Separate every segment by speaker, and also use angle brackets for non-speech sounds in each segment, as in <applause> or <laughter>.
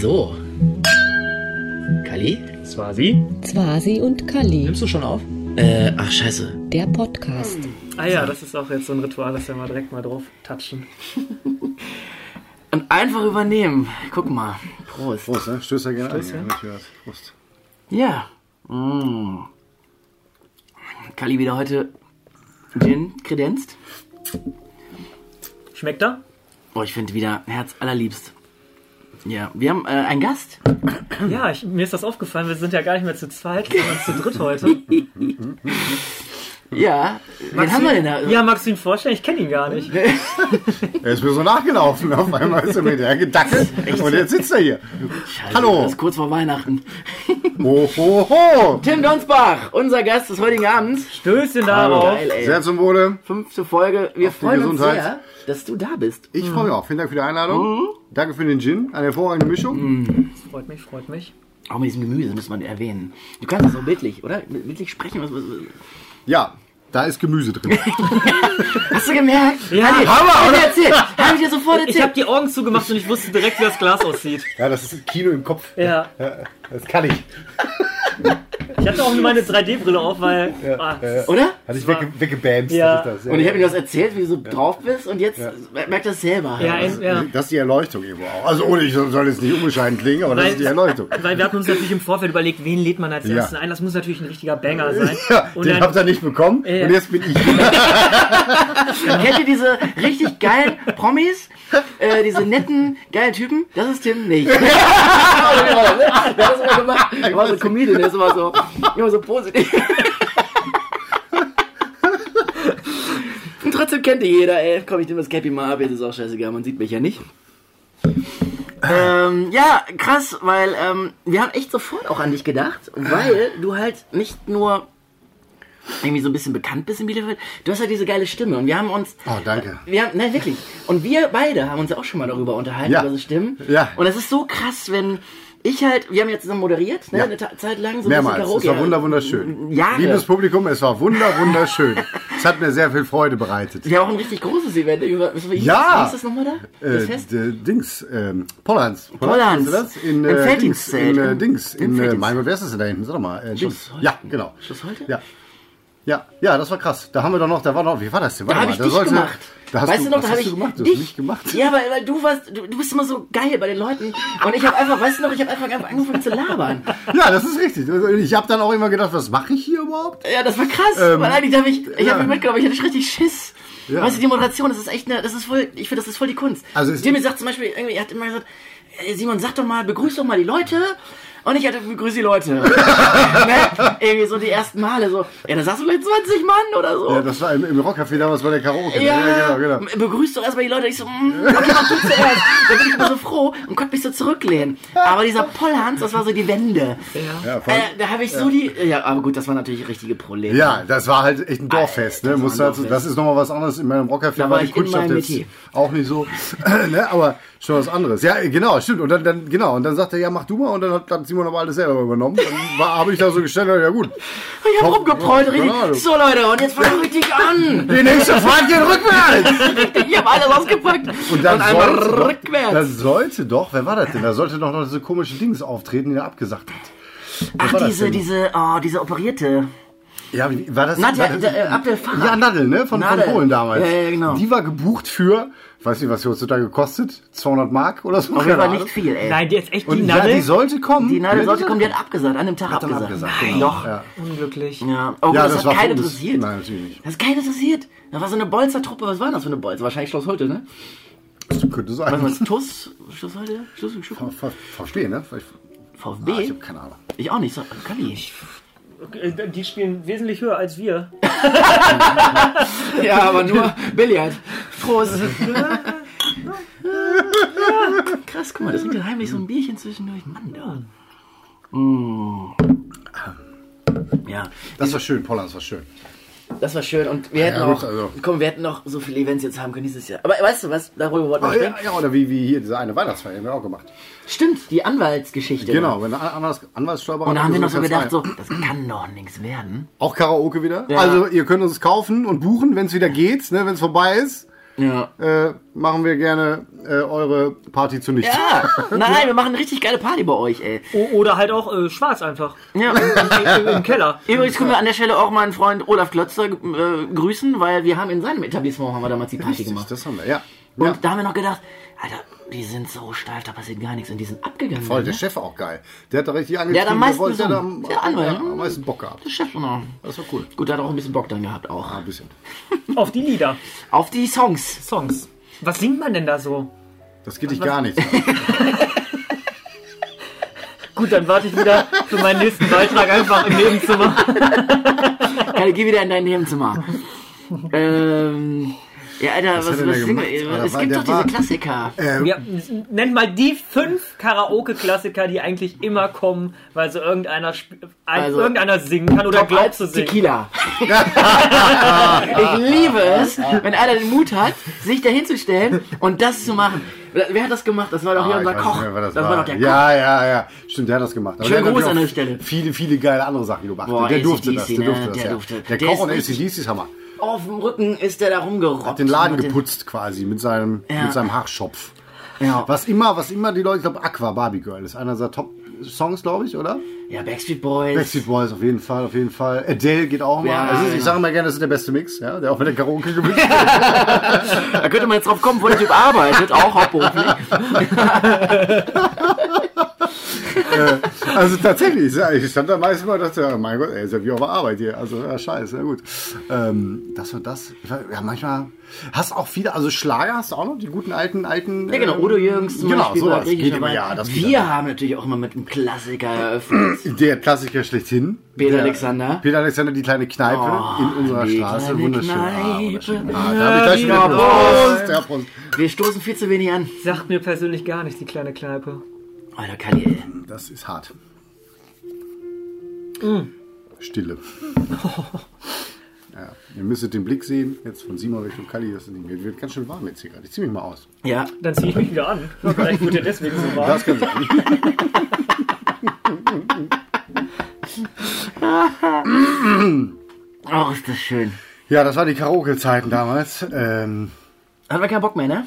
Speaker 1: So. Kali?
Speaker 2: Swasi?
Speaker 3: Zwasi und Kali,
Speaker 1: Nimmst du schon auf? Äh, ach scheiße.
Speaker 3: der Podcast.
Speaker 2: Ah ja, das ist auch jetzt so ein Ritual, dass wir mal direkt mal drauf touchen.
Speaker 1: Und einfach übernehmen. Guck mal. Prost.
Speaker 4: Prost, ne? Stößt ja gerne ein. Ja. hab ich gehört. Prost.
Speaker 1: Ja. Mm. Kali wieder heute Gin kredenzt.
Speaker 2: Schmeckt er?
Speaker 1: Oh, ich finde wieder Herz allerliebst. Ja, wir haben äh, einen Gast.
Speaker 2: Ja, ich, mir ist das aufgefallen, wir sind ja gar nicht mehr zu zweit, sondern zu dritt heute.
Speaker 1: Ja. Wen haben wir denn da?
Speaker 2: Ja, magst du ihn vorstellen? Ich kenne ihn gar nicht.
Speaker 4: Er ist mir so nachgelaufen. Auf einmal ist er mir der Gedanke. Und jetzt sitzt er hier.
Speaker 1: Scheiße,
Speaker 4: Hallo.
Speaker 1: Das ist kurz vor Weihnachten. <laughs>
Speaker 4: Ho, ho, ho.
Speaker 1: Tim Donsbach, unser Gast des heutigen Abends.
Speaker 2: Stößchen darauf.
Speaker 1: Geil, ey.
Speaker 4: Sehr zum Wohle.
Speaker 1: Fünfte Folge. Wir
Speaker 4: Auf die
Speaker 1: freuen uns
Speaker 4: Gesundheit.
Speaker 1: sehr, dass du da bist.
Speaker 4: Ich freue mich auch. Vielen Dank für die Einladung. Danke für den Gin. Eine hervorragende Mischung.
Speaker 2: Freut mich, freut mich.
Speaker 1: Auch mit diesem Gemüse muss man erwähnen. Du kannst das auch bildlich, oder? Mit- Bildlich sprechen. Was, was, was-
Speaker 4: Ja, da ist Gemüse drin.
Speaker 1: hast du gemerkt? Ja, hab ich,
Speaker 2: Hammer,
Speaker 1: hab ich dir erzählt. Hab ich dir sofort
Speaker 2: Ich habe
Speaker 1: erzählt.
Speaker 2: die Augen zugemacht und ich wusste direkt, wie das Glas aussieht.
Speaker 4: Ja, das ist Kino im Kopf.
Speaker 2: Ja.
Speaker 4: Das kann ich.
Speaker 2: Ich hatte auch meine 3D-Brille auf, weil. ah,
Speaker 1: oder?
Speaker 4: Hatte ich wegge weggebamst.
Speaker 2: Ja.
Speaker 4: Das ist das.
Speaker 1: Und ich habe mir das erzählt, wie du so drauf bist und jetzt merkt das selber.
Speaker 2: ja, ein, ja.
Speaker 4: Das ist die Erleuchtung irgendwo auch. Also ohne, ich soll jetzt nicht unbescheiden klingen, aber das
Speaker 2: Weil-
Speaker 4: ist die
Speaker 2: <laughs>
Speaker 4: Erleuchtung.
Speaker 2: Weil wir hatten uns natürlich im Vorfeld überlegt, wen lädt man als
Speaker 4: Ja.
Speaker 2: ersten ein. Das muss natürlich ein richtiger Banger sein.
Speaker 4: Ja,
Speaker 2: und
Speaker 4: den
Speaker 2: dann-
Speaker 4: habt ihr nicht bekommen
Speaker 2: Ja.
Speaker 4: und jetzt bin
Speaker 1: <laughs>
Speaker 4: ich.
Speaker 1: Kennt ihr diese richtig geilen Promis? Äh, diese netten, geilen Typen? Das ist Tim nicht. das ist immer gemacht. Er war so ein Comedian, der ist immer so, immer so positiv. Und trotzdem kennt ihr jeder, ey. Komm, ich nehme das Cappy mal ab, jetzt ist auch scheißegal, man sieht mich ja nicht. Ähm, ja, krass, weil ähm, wir haben echt sofort auch an dich gedacht, weil du halt nicht nur irgendwie so ein bisschen bekannt bist in Bielefeld, du hast halt diese geile Stimme und wir haben uns
Speaker 4: Oh, danke.
Speaker 1: wir haben, nein, wirklich. Und wir beide haben uns ja auch schon mal darüber unterhalten,
Speaker 4: Ja.
Speaker 1: über so Stimmen.
Speaker 4: Ja.
Speaker 1: Und es ist so krass, wenn ich halt, wir haben ja zusammen moderiert, ne,
Speaker 4: Ja.
Speaker 1: eine Ta- Zeit lang. So ein
Speaker 4: Mehrmals.
Speaker 1: bisschen halt.
Speaker 4: Es war wunder, wunderschön.
Speaker 1: Mm, Jahre.
Speaker 4: Liebes Publikum, es war wunder,
Speaker 1: <laughs>
Speaker 4: wunderschön. es hat mir sehr viel Freude bereitet.
Speaker 1: Wir haben auch ein richtig großes Event. Über, was war hieß
Speaker 4: Ja.
Speaker 1: das, Wie hieß das nochmal da? Das
Speaker 4: Äh,
Speaker 1: Fest?
Speaker 4: d- Dings, ähm, Pollands.
Speaker 1: Pollands.
Speaker 4: kennst du das? In,
Speaker 1: Im
Speaker 4: äh, Dings,
Speaker 1: Feltingszelt.
Speaker 4: in äh,
Speaker 1: Im-
Speaker 4: Dings,
Speaker 1: im
Speaker 4: in äh,
Speaker 1: Feltings-
Speaker 4: Mein, wer ist das denn da hinten? Sag doch mal, äh, Dings.
Speaker 1: Schlossholte.
Speaker 4: Ja, genau.
Speaker 1: Schlossholte?
Speaker 4: Ja. Ja, ja, das war krass. Da haben wir doch noch, da war noch, wie war das denn?
Speaker 1: Da
Speaker 4: Warte
Speaker 1: habe ich
Speaker 4: mal,
Speaker 1: dich
Speaker 4: sollte-
Speaker 1: gemacht.
Speaker 4: Da hast
Speaker 1: weißt
Speaker 4: du,
Speaker 1: du noch,
Speaker 4: was
Speaker 1: da
Speaker 4: hast
Speaker 1: habe ich
Speaker 4: du gemacht? Du
Speaker 1: dich
Speaker 4: hast mich gemacht.
Speaker 1: Ja, weil, weil du warst, du, du bist immer so geil bei den Leuten und ich habe einfach, weißt du noch, ich habe einfach angefangen zu labern.
Speaker 4: <laughs> Ja, das ist richtig. Also, Ich habe dann auch immer gedacht, was mache ich hier überhaupt?
Speaker 1: Ja, das war krass,
Speaker 4: Ähm,
Speaker 1: weil eigentlich habe ich, ich
Speaker 4: ja.
Speaker 1: habe mich mitgenommen, ich hatte richtig Schiss.
Speaker 4: Ja.
Speaker 1: Weißt du, die Moderation, das ist echt eine, das ist voll, ich finde, das ist voll die Kunst.
Speaker 4: Also
Speaker 1: Also
Speaker 4: es-
Speaker 1: Jimmy sagt zum Beispiel, irgendwie, er hat immer gesagt, "Ey, Simon, sag doch mal, begrüß doch mal die Leute. Und ich hatte, begrüß die
Speaker 4: <laughs>
Speaker 1: Leute. ne? Irgendwie so die ersten Male so, ja, da sagst du vielleicht 20 Mann oder so.
Speaker 4: Ja, das war im, im Rockcafé damals bei der Karaoke.
Speaker 1: Oh. Ja,
Speaker 4: genau, genau.
Speaker 1: begrüßt doch erstmal die Leute. Ich so, mm, okay, was tust du zuerst? Da bin ich immer so froh und konnte mich so zurücklehnen. Aber dieser Pollhans, das war so die Wende.
Speaker 4: Ja, voll.
Speaker 1: Äh, da habe ich so die, ja, aber gut, das war natürlich richtige Proleten.
Speaker 4: Ja, das war halt echt ein Dorffest. Ne?
Speaker 1: Ah, das war
Speaker 4: Musst
Speaker 1: ein
Speaker 4: du dazu,
Speaker 1: Dorffest.
Speaker 4: das ist nochmal was anderes. In meinem Rockerfilm
Speaker 1: Da war
Speaker 4: die
Speaker 1: ich in
Speaker 4: Kundschaft
Speaker 1: meinem
Speaker 4: jetzt
Speaker 1: Metier.
Speaker 4: auch nicht so. <laughs> ne? Aber schon was anderes. Ja, genau, stimmt. Und dann, dann, genau. Und dann sagt er, ja, mach du mal. Und dann hat, hat Simon aber alles selber übernommen. Dann habe ich da so gestellt, ja gut.
Speaker 1: Ich hab
Speaker 4: Komm,
Speaker 1: rumgeprollt,
Speaker 4: ja,
Speaker 1: richtig.
Speaker 4: ja.
Speaker 1: So Leute, und jetzt fangen wir richtig an.
Speaker 4: Die nächste Fahrt geht rückwärts.
Speaker 1: Ich hab alles ausgepackt.
Speaker 4: Und dann
Speaker 1: einmal
Speaker 4: sollte, doch,
Speaker 1: rückwärts.
Speaker 4: dann sollte doch, wer war das denn? Da sollte doch noch diese komischen Dings auftreten, die er abgesagt hat. Wer war
Speaker 1: Ach,
Speaker 4: das
Speaker 1: diese,
Speaker 4: denn?
Speaker 1: diese, oh, diese operierte.
Speaker 4: Ja, wie- war das?
Speaker 1: Nadja,
Speaker 4: war das
Speaker 1: der, äh, Abdel Farah.
Speaker 4: Ja, Nadel, ne? Von,
Speaker 1: Nadel.
Speaker 4: von Polen damals.
Speaker 1: Ja, ja, genau.
Speaker 4: Die war gebucht für, weiß nicht, was sie heutzutage kostet, 200 Mark oder so.
Speaker 1: Auf jeden
Speaker 4: keine
Speaker 1: Fall
Speaker 4: Ahnung.
Speaker 1: nicht viel, ey.
Speaker 2: Nein, die ist echt die
Speaker 4: Und
Speaker 2: Nadel.
Speaker 4: ja, die sollte kommen.
Speaker 1: Die
Speaker 4: Ja,
Speaker 1: Nadel sollte kommen, die hat abgesagt, an dem Tag
Speaker 4: Hat dann
Speaker 1: abgesagt.
Speaker 4: abgesagt.
Speaker 1: Nein,
Speaker 4: genau.
Speaker 1: doch. Ja,
Speaker 4: Ja,
Speaker 2: Unglücklich.
Speaker 1: oh,
Speaker 4: ja
Speaker 1: das,
Speaker 4: das,
Speaker 1: hat
Speaker 4: war
Speaker 1: keinen
Speaker 4: für uns.
Speaker 1: interessiert.
Speaker 4: Nein, natürlich nicht.
Speaker 1: Das ist keinen interessiert. Da war so eine Bolzer-Truppe. Was war das für eine Bolzer? Wahrscheinlich Schloss Holte, ne?
Speaker 4: Das könnte
Speaker 1: Was war
Speaker 4: sein. Oh,
Speaker 1: das? Tuss? Schloss Holte? Schloss im Schuppen?
Speaker 4: Ver- Verstehe, ne? Vielleicht-
Speaker 1: VfB?
Speaker 4: Ah, ich
Speaker 1: ich,
Speaker 4: habe keine Ahnung.
Speaker 1: auch nicht. So, kann ich.
Speaker 2: Äh, Die spielen wesentlich höher als wir.
Speaker 1: Ja, aber nur Billard. Prost. Krass, guck mal, das liegt heimlich so ein Bierchen zwischendurch. Mann, da. Mm. Ja,
Speaker 4: Das war schön, Pollan, das war schön.
Speaker 1: das war schön und wir hätten
Speaker 4: ja,
Speaker 1: auch,
Speaker 4: gut, also.
Speaker 1: komm, wir hätten noch so viele Events jetzt haben können dieses Jahr. Aber weißt du was, darüber wollten wir
Speaker 4: Ah,
Speaker 1: sprechen.
Speaker 4: ja, ja, oder wie, wie hier diese eine Weihnachtsfeier, haben wir auch gemacht.
Speaker 1: Stimmt, die Anwaltsgeschichte.
Speaker 4: Genau, wenn Anwalts, Anwaltssteuerberater.
Speaker 1: Und da haben wir noch so
Speaker 4: eine
Speaker 1: gedacht,
Speaker 4: Kanzlei.
Speaker 1: so, das kann doch nichts werden.
Speaker 4: Auch Karaoke wieder.
Speaker 1: Ja.
Speaker 4: Also, ihr könnt uns kaufen und buchen, wenn es wieder geht, ne, wenn es vorbei ist.
Speaker 1: Ja.
Speaker 4: äh, machen wir gerne äh, eure Party zunichte.
Speaker 1: Ja, Ah, nein, wir machen eine richtig geile Party bei euch, ey.
Speaker 2: O oder halt auch äh, schwarz einfach.
Speaker 1: Ja. <laughs>
Speaker 2: Im, im Keller.
Speaker 1: Übrigens können wir an der Stelle auch meinen Freund Olaf Klötzer äh, grüßen, weil wir haben in seinem Etablissement haben wir damals die Party
Speaker 4: Richtig,
Speaker 1: gemacht.
Speaker 4: das haben wir, ja.
Speaker 1: Und
Speaker 4: ja.
Speaker 1: da haben wir noch gedacht, Alter, die sind so steif, da passiert gar nichts und die sind abgegangen.
Speaker 4: Voll, der
Speaker 1: ne?
Speaker 4: Chef war auch geil. Der hat da richtig
Speaker 1: Der hat am
Speaker 4: angeschrieben.
Speaker 1: meisten
Speaker 4: wollte- der hat
Speaker 1: gesungen.
Speaker 4: am,
Speaker 1: Der Anwalt,
Speaker 4: ja,
Speaker 1: ne?
Speaker 4: am meisten Bock gehabt.
Speaker 1: Der Chef war noch.
Speaker 4: Das war cool.
Speaker 1: Gut, der hat auch ein bisschen Bock dann gehabt auch.
Speaker 4: Ein bisschen.
Speaker 2: Auf die Lieder.
Speaker 1: Auf die Songs.
Speaker 2: Songs. Was singt man denn da so?
Speaker 4: Das geht dich gar nicht.
Speaker 2: Gut, dann warte ich wieder für meinen nächsten Beitrag einfach im Nebenzimmer.
Speaker 1: Alter, geh wieder in dein
Speaker 4: <laughs>
Speaker 1: Nebenzimmer. ähm, ja, Alter, was,
Speaker 4: hat er
Speaker 1: was,
Speaker 4: denn
Speaker 1: singen
Speaker 4: gemacht?
Speaker 1: wir?
Speaker 4: Alter,
Speaker 1: Es
Speaker 4: war-
Speaker 1: gibt
Speaker 4: der
Speaker 1: doch diese
Speaker 4: war-
Speaker 1: Klassiker.
Speaker 2: Ja, nenn mal die fünf Karaoke-Klassiker, die eigentlich immer kommen, weil so irgendeiner, sp- ein-
Speaker 1: Also,
Speaker 2: irgendeiner singen kann oder glaubt zu singen.
Speaker 1: Tequila. ich liebe es, wenn einer den Mut hat, sich dahin zu stellen und das zu machen. Wer hat das gemacht? Das war doch hier
Speaker 4: Ah, ich
Speaker 1: unser
Speaker 4: weiß
Speaker 1: Koch.
Speaker 4: nicht mehr, wer
Speaker 1: das war. doch der Koch.
Speaker 4: Ja, ja, ja. Stimmt, der hat das gemacht. Aber
Speaker 1: Schönen
Speaker 4: der hat
Speaker 1: Gruß
Speaker 4: natürlich
Speaker 1: an
Speaker 4: auch
Speaker 1: der Stelle.
Speaker 4: Viele, viele geile andere Sachen gemacht.
Speaker 1: Boah,
Speaker 4: der durfte
Speaker 1: AC/DC,
Speaker 4: das. Der durfte
Speaker 1: ne?
Speaker 4: das.
Speaker 1: Der
Speaker 4: ja.
Speaker 1: durfte.
Speaker 4: der
Speaker 1: Der
Speaker 4: Koch
Speaker 1: ist
Speaker 4: und
Speaker 1: richtig-
Speaker 4: ACDC ist Hammer.
Speaker 1: Auf dem Rücken ist der da rumgerobbt.
Speaker 4: Hat den Laden
Speaker 1: Mit dem-
Speaker 4: geputzt quasi mit seinem,
Speaker 1: Ja.
Speaker 4: mit seinem Haarschopf.
Speaker 1: Ja.
Speaker 4: Was immer, was immer die Leute, ich glaube, Aqua Barbie Girl ist einer seiner Top-Songs, glaube ich, oder?
Speaker 1: ja, Backstreet Boys.
Speaker 4: Backstreet Boys auf jeden Fall, auf jeden Fall. Adele geht auch mal.
Speaker 1: Ja,
Speaker 4: also, Ich
Speaker 1: genau.
Speaker 4: sage immer gerne, das ist der beste Mix, ja, der auch mit der Karaoke gewinnt. <laughs>
Speaker 1: Da könnte man jetzt drauf kommen, wo der Typ arbeitet, auch hauptberuflich.
Speaker 4: also tatsächlich, ja, ich stand da meistens mal und dachte, ja, mein Gott, ey, ist ja wie auf der Arbeit hier. Also ja, scheiße, na gut. Ähm, das und das. Ja, manchmal hast auch viele, also Schlager hast du auch noch, die guten alten, alten.
Speaker 1: Ja, genau,
Speaker 4: ähm,
Speaker 1: Odo Jürgens zum
Speaker 4: Genau,
Speaker 1: Beispiel.
Speaker 4: sowas
Speaker 1: war griechischer
Speaker 4: geht immer,
Speaker 1: Mann.
Speaker 4: ja, das geht
Speaker 1: Wir haben natürlich auch immer mit einem Klassiker eröffnet.
Speaker 4: Der Klassiker schlechthin.
Speaker 1: Peter
Speaker 4: der,
Speaker 1: Alexander.
Speaker 4: Peter Alexander, die kleine Kneipe
Speaker 1: Oh,
Speaker 4: in unserer
Speaker 1: die
Speaker 4: Straße.
Speaker 1: kleine
Speaker 4: Wunderschön. Ah,
Speaker 1: Kneipe.
Speaker 4: wunderschön. Ah, da hab ich gleich
Speaker 1: Ja,
Speaker 4: wieder
Speaker 1: die
Speaker 4: Prost. Ja, Prost.
Speaker 1: Wir stoßen viel zu wenig an.
Speaker 2: Sagt mir persönlich gar nicht, die kleine Kneipe.
Speaker 1: Alter, Kalli, ey.
Speaker 4: Das ist hart. Stille. Ja, ihr müsstet den Blick sehen, jetzt von Simon Richtung Kalli. Das wird wird ganz schön warm jetzt hier gerade. Ich zieh mich mal aus.
Speaker 1: Ja,
Speaker 2: Dann ziehe ich mich wieder an. Vielleicht wird er deswegen so warm.
Speaker 4: Das kann sein.
Speaker 1: oh, ist das schön.
Speaker 4: Ja, das war die Karaoke-Zeiten damals. Ähm,
Speaker 1: Hat man keinen Bock mehr, ne?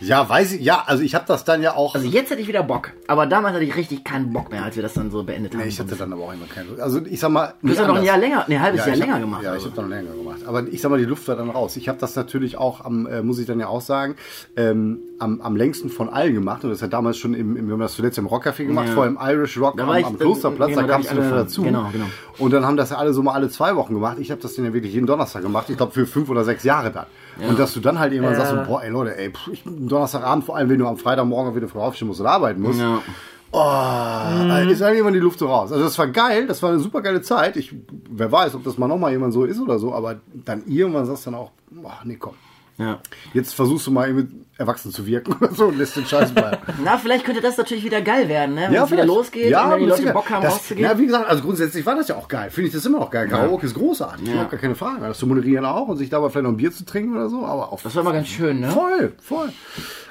Speaker 4: ja, weiß ich. Ja, also ich habe das dann ja auch.
Speaker 1: Also jetzt hätte ich wieder Bock. Aber damals hatte ich richtig keinen Bock mehr, als wir das dann so beendet haben.
Speaker 4: Nee, ich hatte dann aber auch immer keine Lust. Also ich sag mal.
Speaker 1: du hast ja noch ein Jahr länger, nee, ein halbes
Speaker 4: Ja,
Speaker 1: Jahr
Speaker 4: ich
Speaker 1: länger
Speaker 4: hab,
Speaker 1: gemacht.
Speaker 4: Ja, ich
Speaker 1: also.
Speaker 4: habe dann länger gemacht. Aber ich sag mal, die Luft war dann raus. Ich habe das natürlich auch am, äh, muss ich dann ja auch sagen, ähm, am, am längsten von allen gemacht. Und das hat damals schon im, im wir haben das zuletzt im Rockcafé gemacht,
Speaker 1: Ja.
Speaker 4: vor allem Irish Rock
Speaker 1: Da
Speaker 4: am,
Speaker 1: war ich
Speaker 4: am
Speaker 1: dann-
Speaker 4: Klosterplatz,
Speaker 1: genau,
Speaker 4: da
Speaker 1: da hab
Speaker 4: kamst
Speaker 1: ich
Speaker 4: du wieder
Speaker 1: angefangen.
Speaker 4: dazu.
Speaker 1: Genau, genau.
Speaker 4: Und dann haben das ja alle so mal alle zwei Wochen gemacht. Ich habe das dann ja wirklich jeden Donnerstag gemacht. Ich glaube für fünf oder sechs Jahre dann. Und dass du dann halt irgendwann sagst, so, boah, ey Leute, ey, pff, ich bin Donnerstagabend, vor allem wenn du am Freitagmorgen wieder früh aufstehen musst und arbeiten musst.
Speaker 1: Ja.
Speaker 4: Oh, ist eigentlich immer die Luft so raus. Also das war geil, das war eine super geile Zeit. Ich, wer weiß, ob das mal nochmal jemand so ist oder so, aber dann irgendwann sagst du dann auch, boah, nee, komm.
Speaker 1: Ja.
Speaker 4: Jetzt versuchst du mal irgendwie erwachsen zu wirken <laughs> oder so und lässt den Scheiß bleiben.
Speaker 1: Na, vielleicht könnte das natürlich wieder geil werden, ne? Wenn es wieder
Speaker 4: vielleicht.
Speaker 1: losgeht und wenn die
Speaker 4: mit
Speaker 1: Leute
Speaker 4: Sicherheit.
Speaker 1: Bock haben,
Speaker 4: das,
Speaker 1: rauszugehen.
Speaker 4: Ja, wie gesagt, also grundsätzlich war das ja auch geil. Finde ich das immer noch geil. Karaoke ist großartig. Ich
Speaker 1: Ja.
Speaker 4: habe gar keine Frage. Das zu moderieren auch und sich dabei vielleicht noch ein Bier zu trinken oder so, aber auf
Speaker 1: das war immer ganz schön, ne?
Speaker 4: voll, voll.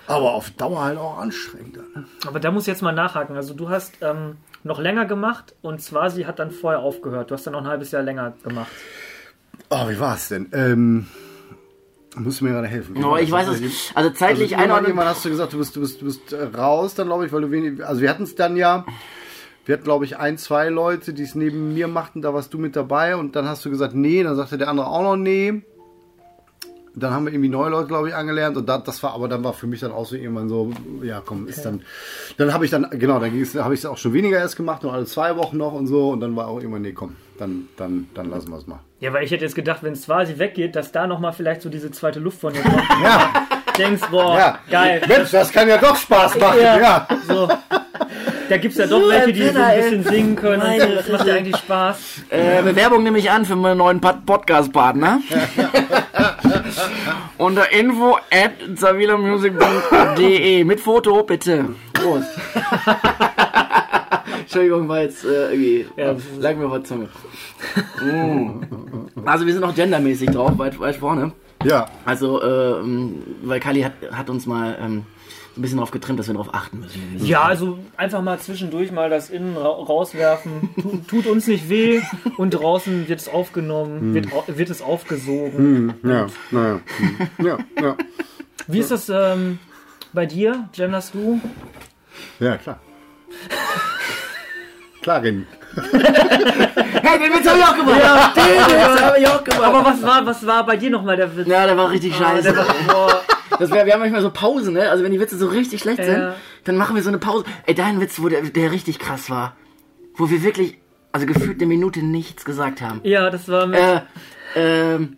Speaker 4: Aber auf Dauer halt auch anstrengend. dann.
Speaker 2: Aber da muss ich jetzt mal nachhaken. Also du hast ähm, noch länger gemacht und Swazi hat dann vorher aufgehört. Du hast dann noch ein halbes Jahr länger gemacht.
Speaker 4: Oh, wie war's denn? Ähm, musst du mir gerade helfen.
Speaker 1: Oh, ich weiß es. Also
Speaker 4: Also
Speaker 1: zeitlich
Speaker 4: irgendwann,
Speaker 1: einordnen.
Speaker 4: irgendwann hast du gesagt, du bist, du bist, du bist äh, raus, dann glaube ich, weil du wenig. Also wir hatten es dann ja. Wir hatten, glaube ich, ein, zwei Leute, die es neben mir machten, da warst du mit dabei und dann hast du gesagt, nee, dann sagte der andere auch noch nee. Dann haben wir irgendwie neue Leute, glaube ich, angelernt und da, das war, aber dann war für mich dann auch so irgendwann so, ja komm, ist dann, dann habe ich dann, genau, dann ging's- habe ich es auch schon weniger erst gemacht, nur alle zwei Wochen noch und so und dann war auch irgendwann, nee, komm, dann, dann, dann lassen wir es mal.
Speaker 2: Ja, weil ich hätte jetzt gedacht, wenn Swazi weggeht, dass da nochmal vielleicht so diese zweite Luft von dir kommt.
Speaker 4: Ja,
Speaker 2: Denkst, boah,
Speaker 4: ja.
Speaker 2: geil.
Speaker 4: Mensch, das kann ja doch Spaß machen,
Speaker 2: Ja.
Speaker 4: ja.
Speaker 2: So. Da gibt es ja doch
Speaker 1: So ein
Speaker 2: welche, die so
Speaker 1: Penner,
Speaker 2: ein
Speaker 1: ey.
Speaker 2: bisschen singen können. und so. Das macht ja eigentlich Spaß.
Speaker 1: Äh, Bewerbung nehme ich an für meinen neuen Pod Podcast-Partner. <laughs> Unter info at savilamusic.de. Mit Foto, bitte. Prost. <laughs> Entschuldigung, war jetzt äh, irgendwie.
Speaker 2: Ja.
Speaker 1: Lag mir auf der Zunge. Mm. Also, wir sind auch gendermäßig drauf, weit, weit vorne.
Speaker 4: Ja,
Speaker 1: Also, äh, ähm, weil Kali hat, hat uns mal ähm, so ein bisschen drauf getrimmt, dass wir darauf achten müssen.
Speaker 2: <laughs> Ja, also einfach mal zwischendurch mal das Innen ra rauswerfen. Tu, tut uns nicht weh. Und draußen wird es aufgenommen, wird, au- wird es aufgesogen.
Speaker 4: Ja, naja. Ja, ja.
Speaker 2: Wie ist das ähm, bei dir, genderst du?
Speaker 4: Ja, klar. Klarin.
Speaker 1: Hey, den Witz hab ich auch gemacht! Ja, den Witz hab ich auch gemacht!
Speaker 2: Aber was war, was war bei dir nochmal der Witz?
Speaker 1: Ja, der war richtig scheiße.
Speaker 2: Ah, Der war, boah,
Speaker 1: Das wär, wir haben manchmal so Pausen, ne? Also wenn die Witze so richtig schlecht
Speaker 2: Ja.
Speaker 1: sind, dann machen wir so eine Pause. Ey, dein Witz, wo der, der richtig krass war. Wo wir wirklich, also gefühlt eine Minute nichts gesagt haben.
Speaker 2: ja, das war mit,
Speaker 1: Äh, ähm,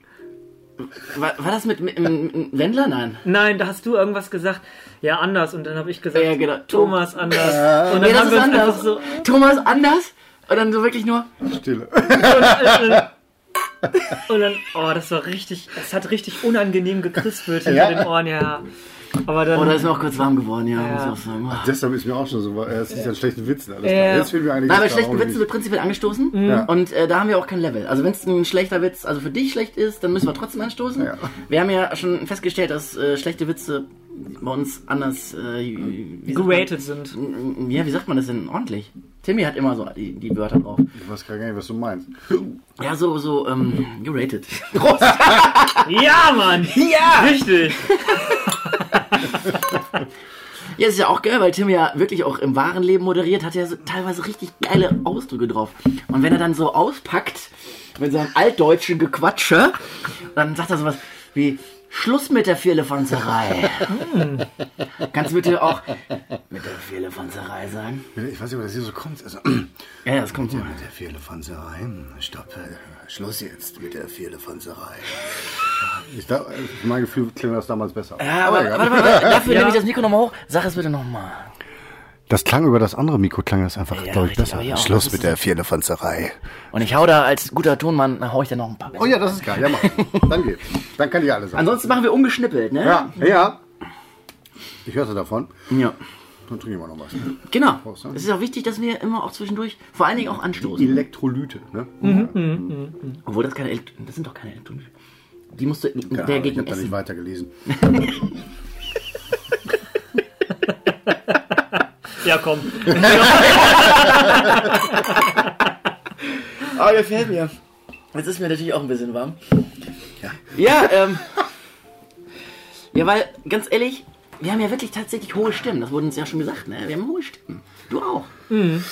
Speaker 1: war, war das mit, mit, mit, mit Wendler? Nein.
Speaker 2: Nein, da hast du irgendwas gesagt. Ja, anders. Und dann habe ich gesagt,
Speaker 1: Ja, genau.
Speaker 2: Thomas anders. Und dann
Speaker 1: Nee, das
Speaker 2: haben
Speaker 1: ist
Speaker 2: wir uns
Speaker 1: anders.
Speaker 2: einfach so.
Speaker 1: Thomas anders? Und dann so wirklich nur,
Speaker 4: Stille.
Speaker 2: Und dann, oh, das war richtig, es hat richtig unangenehm gekrispelt hinter
Speaker 4: Ja.
Speaker 2: den Ohren, ja. Aber dann,
Speaker 1: oh, da ist mir auch kurz warm geworden, ja, muss ich
Speaker 2: Ja.
Speaker 1: auch sagen. Oh.
Speaker 4: Deshalb ist mir auch schon so, äh, es ist ja ein schlechter Witz. Alles
Speaker 2: Ja.
Speaker 4: klar. Jetzt fehlen mir eigentlich
Speaker 1: Nein, bei
Speaker 4: das
Speaker 1: schlechten
Speaker 4: auch
Speaker 1: Witzen
Speaker 4: nicht.
Speaker 1: wird prinzipiell angestoßen.
Speaker 4: Ja.
Speaker 1: Und äh, da haben wir auch kein Level. Also wenn es ein schlechter Witz, also für dich schlecht ist, dann müssen wir trotzdem anstoßen.
Speaker 4: Ja.
Speaker 1: Wir haben ja schon festgestellt, dass äh, schlechte Witze bei uns anders äh, wie sagt man-
Speaker 2: gerated sind.
Speaker 1: Ja, wie sagt man das denn ordentlich? Timmy hat immer so die, die Wörter drauf.
Speaker 4: Ich weiß gar nicht, was du meinst.
Speaker 1: Ja, so, so, ähm, gerated. Prost.
Speaker 2: Ja, Mann!
Speaker 1: ja!
Speaker 2: Richtig!
Speaker 1: Ja, ist ja auch geil, weil Tim ja wirklich auch im wahren Leben moderiert, hat ja so, teilweise richtig geile Ausdrücke drauf. Und wenn er dann so auspackt mit seinem altdeutschen Gequatsche, dann sagt er sowas wie Schluss mit der Vierlefanzerei. Hm. Kannst du bitte auch mit der Vierlefanzerei sagen?
Speaker 4: Ich weiß nicht, ob das hier so kommt. Also,
Speaker 1: Ja, das kommt mal.
Speaker 4: der Vierlefanzerei. Stopp. äh, Schluss jetzt mit der Vierlefanzerei. Ich glaub, äh, mein Gefühl klingt das damals besser.
Speaker 1: Ja, aber, warte, warte, warte, dafür nehme ich das Mikro nochmal hoch. Sag es bitte nochmal.
Speaker 4: Das klang über das andere Mikro, klang das einfach,
Speaker 1: Ja,
Speaker 4: glaub ich,
Speaker 1: richtig,
Speaker 4: besser.
Speaker 1: aber ja, das
Speaker 4: Schluss
Speaker 1: ist
Speaker 4: mit der Vierlefanzerei.
Speaker 1: Und ich hau da als guter Tonmann, hau ich da noch ein paar.
Speaker 4: Oh ja, das ist geil. Ja, mach. Dann geht. Dann kann ich alles sagen.
Speaker 1: Ansonsten machen wir ungeschnippelt, ne?
Speaker 4: Ja, ja. Ich hörte davon.
Speaker 1: ja.
Speaker 4: Dann trinke ich mal noch was.
Speaker 1: Genau.
Speaker 4: ne?
Speaker 1: Es ist auch wichtig, dass wir immer auch zwischendurch, vor allen Dingen auch
Speaker 4: Mhm.
Speaker 1: anstoßen.
Speaker 4: Elektrolyte, ne?
Speaker 1: Obwohl das keine Elekt das sind doch keine Elektronen. Die musst du
Speaker 4: Ja,
Speaker 1: der
Speaker 4: ich
Speaker 1: gegen
Speaker 4: habe da nicht
Speaker 1: essen.
Speaker 4: weitergelesen.
Speaker 2: Ja, komm.
Speaker 1: Ah, gefällt mir. Jetzt ist mir natürlich auch ein bisschen warm. Ja, ähm. <laughs> ja, weil, ganz ehrlich, wir haben ja wirklich tatsächlich hohe Stimmen. Das wurde uns ja schon gesagt, ne? Wir haben hohe Stimmen. Du auch.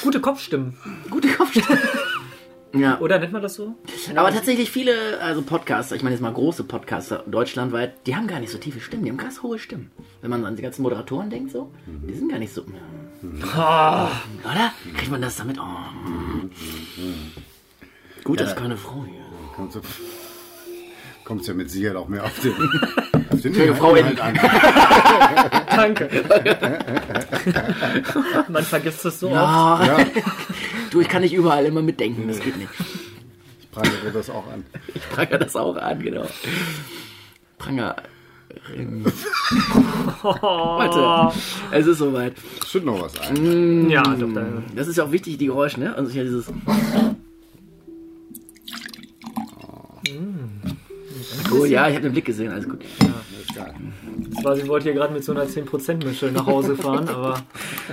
Speaker 2: Gute Kopfstimmen.
Speaker 1: Gute Kopfstimmen. <laughs> ja.
Speaker 2: Oder nennt man das so?
Speaker 1: Aber tatsächlich viele, also Podcaster, ich meine jetzt mal große Podcaster deutschlandweit, die haben gar nicht so tiefe Stimmen, die haben krass hohe Stimmen. Wenn man an die ganzen Moderatoren denkt, so, die sind gar nicht so.
Speaker 2: Ah,
Speaker 1: Oder? Kriegt man das damit? Oh. Gut, dass keine Frau hier ist.
Speaker 4: Kommst du, kommst ja mit Sicherheit auch mehr auf <laughs> den, auf den
Speaker 1: Schöne Frau
Speaker 4: Inhalt halt an.
Speaker 1: <laughs>
Speaker 2: danke. Man vergisst das so oft.
Speaker 1: Ah,
Speaker 4: Ja,
Speaker 1: du, ich kann nicht überall immer mitdenken, das geht nicht.
Speaker 4: ich prangere das auch an.
Speaker 1: Ich prangere das auch an, genau. Pranger. Warte, es ist soweit.
Speaker 4: Es Schütt noch was ein.
Speaker 2: Ja, doch, danke.
Speaker 1: Das ist ja auch wichtig, die Geräusche, ne? Also hier dieses. Cool, ja, ich habe den Blick gesehen, alles gut.
Speaker 2: Das war, sie wollte hier gerade mit so einer 10%-Mische nach Hause fahren, aber.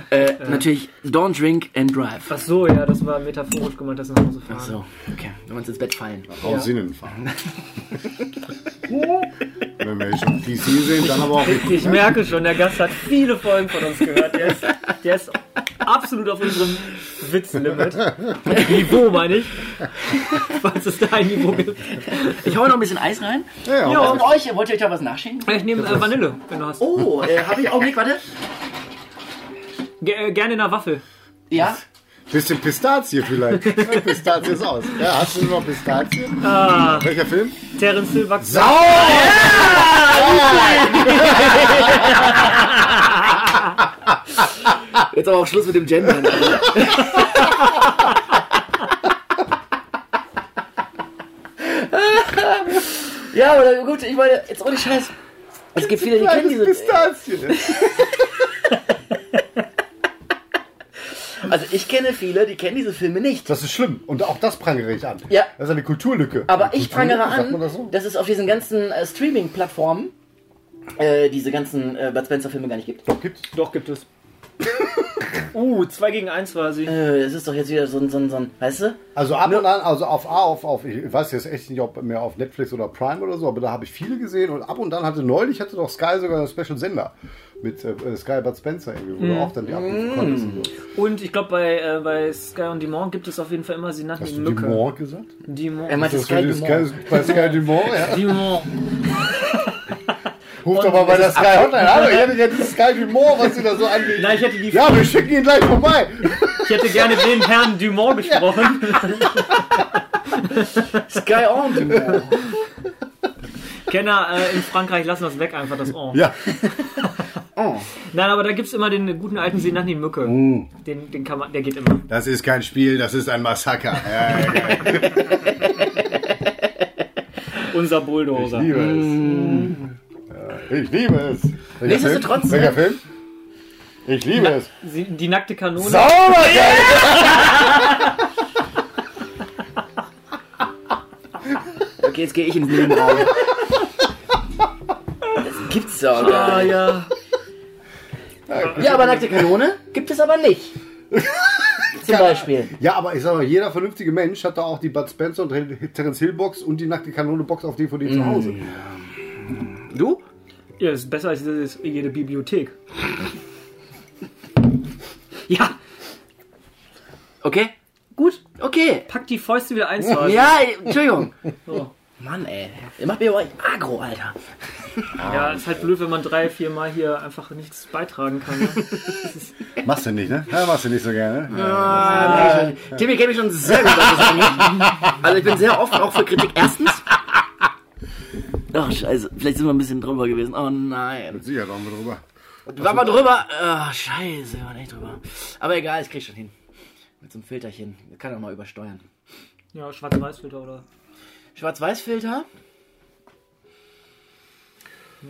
Speaker 1: Äh, Natürlich, don't drink and drive.
Speaker 2: Ach so, ja, das war metaphorisch gemeint, das nach Hause fahren.
Speaker 1: Ach so, okay. Wenn wir uns ins Bett fallen.
Speaker 4: Auf Sinnen fahren. Wenn wir schon PC sehen, dann aber auch richtig.
Speaker 2: Ich merke schon, der Gast hat viele Folgen von uns gehört. Der ist, der ist absolut auf unserem Witzlimit. Niveau, meine ich. Falls es da ein Niveau gibt.
Speaker 1: Ich hau noch ein bisschen Eis rein.
Speaker 4: Ja,
Speaker 1: Ja,
Speaker 4: ja.
Speaker 1: und euch, wollt ihr euch da was nachschenken?
Speaker 2: Ich nehme äh, Vanille, wenn du hast.
Speaker 1: Oh, äh, habe ich Augenblick, warte.
Speaker 2: Ge- äh, gerne in einer Waffel.
Speaker 1: Ja.
Speaker 4: Bisschen Pistazie vielleicht. Ja, Pistazie ist aus. Ja, hast du noch Pistazie? Welcher Film?
Speaker 2: Terence Hill Wachs.
Speaker 4: Sau!
Speaker 1: Jetzt aber auch Schluss mit dem Gender. <laughs> ja, aber gut, ich meine, jetzt ohne Scheiß. Es gibt viele, die kennen
Speaker 4: Kleines
Speaker 1: diese.
Speaker 4: Pistazien.
Speaker 1: Also ich kenne viele, die kennen diese Filme nicht.
Speaker 4: Das ist schlimm. Und auch das prangere ich an.
Speaker 1: Ja.
Speaker 4: Das ist eine Kulturlücke.
Speaker 1: Aber ich prangere
Speaker 4: Kulturlücke, sagt
Speaker 1: an,
Speaker 4: man das so?
Speaker 1: dass es auf diesen ganzen äh, Streaming-Plattformen äh, diese ganzen äh, Bud Spencer-Filme gar nicht gibt.
Speaker 4: Doch, gibt's.
Speaker 2: Doch, gibt es. <laughs> uh, 2 gegen 1 war sie.
Speaker 1: Äh, es ist doch jetzt wieder so ein, so ein, so ein weißt du?
Speaker 4: Also ab und an, also auf A, auf, auf, ich weiß jetzt echt nicht, ob mehr auf Netflix oder Prime oder so, aber da habe ich viele gesehen und ab und an hatte neulich, hatte doch Sky sogar einen Special-Sender mit äh, Sky Bud Spencer irgendwie, wo
Speaker 1: Mhm.
Speaker 4: du auch dann die abrufen konntest und so.
Speaker 2: Und ich glaube, bei, äh, bei Sky und Dumont gibt es auf jeden Fall immer, sie nannten
Speaker 4: Hast
Speaker 2: ihn
Speaker 4: du
Speaker 2: Mücke.
Speaker 4: Dumont gesagt?
Speaker 1: Er
Speaker 2: Dumont.
Speaker 1: meinte
Speaker 4: Das
Speaker 1: Sky
Speaker 4: Sky
Speaker 1: Dumont.
Speaker 4: Sky, bei Sky Dumont,
Speaker 1: <laughs>
Speaker 4: ja.
Speaker 2: Dumont.
Speaker 4: Ruf doch mal bei der Sky Hotline an, ich hätte ja dieses Sky Dumont, was sie da so anbieten.
Speaker 2: Nein, ich hätte, die,
Speaker 4: Ja, wir schicken ihn gleich vorbei.
Speaker 2: ich hätte gerne den Herrn Dumont gesprochen.
Speaker 4: <laughs>
Speaker 1: Sky on Dumont.
Speaker 2: Kenner äh, in Frankreich lassen das weg, einfach das En.
Speaker 4: Ja,
Speaker 2: Nein, aber da gibt es immer den guten alten Sie nannten ihn Mücke. Den, den kann man, der geht immer.
Speaker 4: das ist kein Spiel, das ist ein Massaker. Ja, ja, ja.
Speaker 2: Unser
Speaker 4: Ich
Speaker 2: Bulldozer.
Speaker 4: liebe es. Ja, ich liebe es. Welcher
Speaker 1: Nichtsdestotrotz,
Speaker 4: Film? Welcher Film? Ich liebe es.
Speaker 2: Sie, die nackte Kanone.
Speaker 4: Sauber, geil!
Speaker 1: Okay, jetzt gehe ich ins Nebenraum. Das gibt's doch gar
Speaker 2: Ah
Speaker 1: nicht.
Speaker 2: ja.
Speaker 1: Ja, aber nackte Kanone gibt es aber <laughs> nicht. Zum Beispiel.
Speaker 4: Ja, aber ich sag mal, jeder vernünftige Mensch hat da auch die Bud Spencer und Terence Hill Box und die nackte Kanone Box auf DVD zu Hause.
Speaker 1: Du?
Speaker 2: Ja, das ist besser als das ist jede Bibliothek. Ja,
Speaker 1: Okay. Gut, okay.
Speaker 2: pack die Fäuste wieder eins zu eins.
Speaker 1: Ja, ey, <laughs> Entschuldigung.
Speaker 2: So.
Speaker 1: Mann, ey. Ihr macht mir aber agro, Alter.
Speaker 2: ja, ist halt blöd, wenn man drei, vier Mal hier einfach nichts beitragen kann. Ne?
Speaker 4: Machst du nicht, ne? Ja, machst du nicht so gerne. ne?
Speaker 1: Timmy kennt mich schon sehr gut. was das angeht. Also ich bin sehr offen auch für Kritik. Erstens. Ach, Oh, scheiße. Vielleicht sind wir ein bisschen drüber gewesen. Oh nein.
Speaker 4: Sicher, da haben wir drüber.
Speaker 1: War mal drüber. Ach, scheiße. War nicht drüber. Aber egal, ich krieg schon hin. Mit so einem Filterchen. Ich kann auch mal übersteuern.
Speaker 2: Ja, Schwarz-Weiß-Filter oder.
Speaker 1: Schwarz-Weiß-Filter.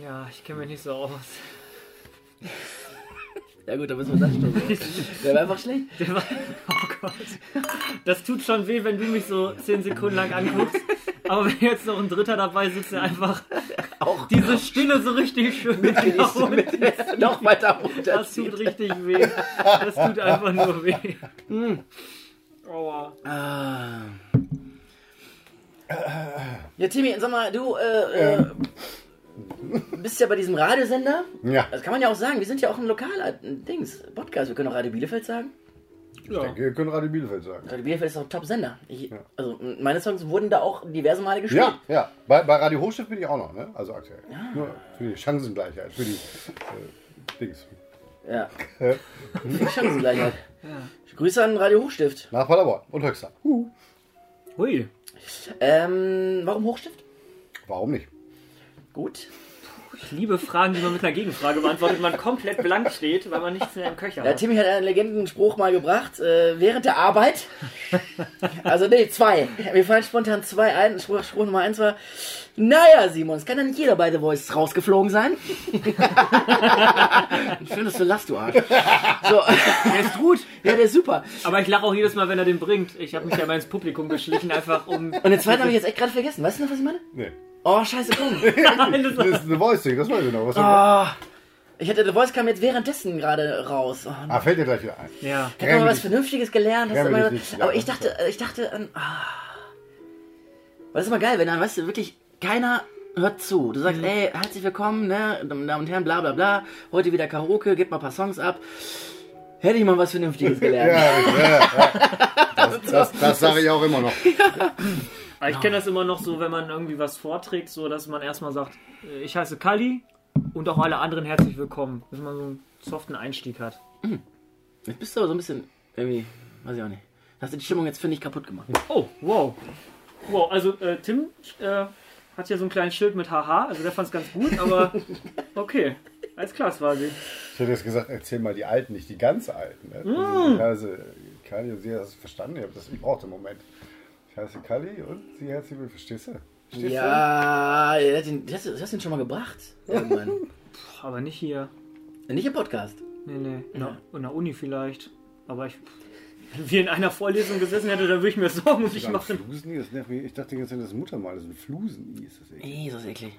Speaker 2: Ja, ich kenne mich nicht so aus.
Speaker 1: Ja gut, da müssen wir das schon. Der war einfach schlecht.
Speaker 2: Der war, oh Gott. Das tut schon weh, wenn du mich so zehn Sekunden lang anguckst. Aber wenn jetzt noch ein Dritter dabei sitzt, der einfach
Speaker 1: Auch
Speaker 2: diese Stille so richtig schön
Speaker 1: genießt du <laughs>
Speaker 2: mitgenommen
Speaker 1: mit. Noch weiter runter.
Speaker 2: Das tut richtig weh. Das tut einfach nur weh.
Speaker 1: Hm.
Speaker 2: Aua.
Speaker 1: Ah. Ja, Timmy, sag mal, du äh, äh, bist ja bei diesem Radiosender.
Speaker 4: Ja,
Speaker 1: Das kann man ja auch sagen. Wir sind ja auch ein lokaler äh, Dings, Podcast. Wir können auch Radio Bielefeld sagen.
Speaker 2: Ja.
Speaker 4: wir können Radio Bielefeld sagen.
Speaker 1: Radio Bielefeld ist auch ein Top-Sender. Ich- Also, m- meine Songs wurden da auch diverse Male gespielt.
Speaker 4: Ja, ja. Bei, bei Radio Hochstift bin ich auch noch, ne? Also aktuell. Nur für die Chancengleichheit, für die äh, Dings.
Speaker 1: Ja. Viel Chancengleichheit. Grüße an Radio Hochstift.
Speaker 4: Nach Paderborn und Höxter. Huh.
Speaker 2: Hui.
Speaker 1: Ähm, warum Hochstift?
Speaker 4: Warum nicht?
Speaker 1: Gut.
Speaker 2: Ich liebe Fragen, die man mit einer Gegenfrage beantwortet, wenn man komplett blank steht, weil man nichts mehr im Köcher
Speaker 1: Ja,
Speaker 2: hat.
Speaker 1: Timmy hat einen Legendenspruch mal gebracht, äh, während der <laughs> Arbeit. Also, nee, zwei. Mir fallen spontan zwei ein. Spruch, Spruch Nummer eins war, naja, Simon, es kann ja nicht jeder bei The Voice rausgeflogen <laughs> sein. Schön, dass du lachst, du Arsch. So. Der ist gut. Ja, der ist super.
Speaker 2: Aber ich lache auch jedes Mal, wenn er den bringt. Ich habe mich ja mal ins Publikum geschlichen,
Speaker 1: <laughs>
Speaker 2: einfach um.
Speaker 1: Und den zweiten habe ich jetzt echt gerade vergessen. Weißt du noch, was ich meine?
Speaker 4: Nee.
Speaker 1: Oh, scheiße, komm.
Speaker 4: Das ist eine Voice-Ding, das weiß ich noch. Was
Speaker 1: Ah, ich hatte The Voice kam jetzt währenddessen gerade raus. Oh,
Speaker 4: ah, fällt dir gleich wieder ein.
Speaker 2: Ja.
Speaker 1: Ich habe mal was
Speaker 4: Grämlich.
Speaker 1: Vernünftiges gelernt. Hast du
Speaker 4: Grämlich
Speaker 1: immer,
Speaker 4: nicht, ja,
Speaker 1: aber ich
Speaker 4: das
Speaker 1: dachte, ich dachte an. Ah. Weil das ist immer geil, wenn dann, weißt du, wirklich keiner hört zu. Du sagst,
Speaker 4: Mhm.
Speaker 1: ey, herzlich willkommen, ne, meine Damen und Herren, bla bla bla. Heute wieder Karaoke, gib mal ein paar Songs ab. Hätte ich mal was
Speaker 4: <laughs>
Speaker 1: Vernünftiges gelernt.
Speaker 4: Ja, ja, ja. Das, das, das sage ich auch immer noch.
Speaker 2: Aber ich kenne das immer noch so, wenn man irgendwie was vorträgt, so dass man erstmal sagt, äh, ich heiße Kali und auch alle anderen herzlich willkommen. Dass man so einen soften Einstieg hat.
Speaker 1: Jetzt bist du aber so ein bisschen, irgendwie, weiß ich auch nicht. Hast du die Stimmung jetzt, finde ich, kaputt gemacht.
Speaker 2: Oh, wow. Wow, also äh, Tim äh, hat hier so ein kleines Schild mit Haha, also der fand es ganz gut, <laughs> aber okay. Alles klar, es war sie.
Speaker 4: Ich hätte jetzt gesagt, erzähl mal die Alten, nicht die ganz Alten. Ne? Also, ich
Speaker 2: Mm.
Speaker 4: heiße Kali und sie hat das verstanden. Ich habe das gebraucht im Moment. Ich heiße Kali und sie hat sie verstehst du? <laughs> Verstehst
Speaker 1: Ja, du hast ihn- du hast, du hast ihn schon mal gebracht. Irgendwann.
Speaker 2: Puh, aber nicht hier.
Speaker 1: Nicht im Podcast.
Speaker 2: Nee, nee. In der, in der Uni vielleicht. Aber ich. Wenn wir in einer Vorlesung gesessen hätte, dann würde ich mir Sorgen um
Speaker 4: du?
Speaker 2: dich
Speaker 4: Ein
Speaker 2: machen.
Speaker 4: Flusen, das nervt mich. Ich dachte die ganze Zeit, das ist Muttermal, das ist ein Flusen-I. Ist das echt?
Speaker 1: Jesus, eklig.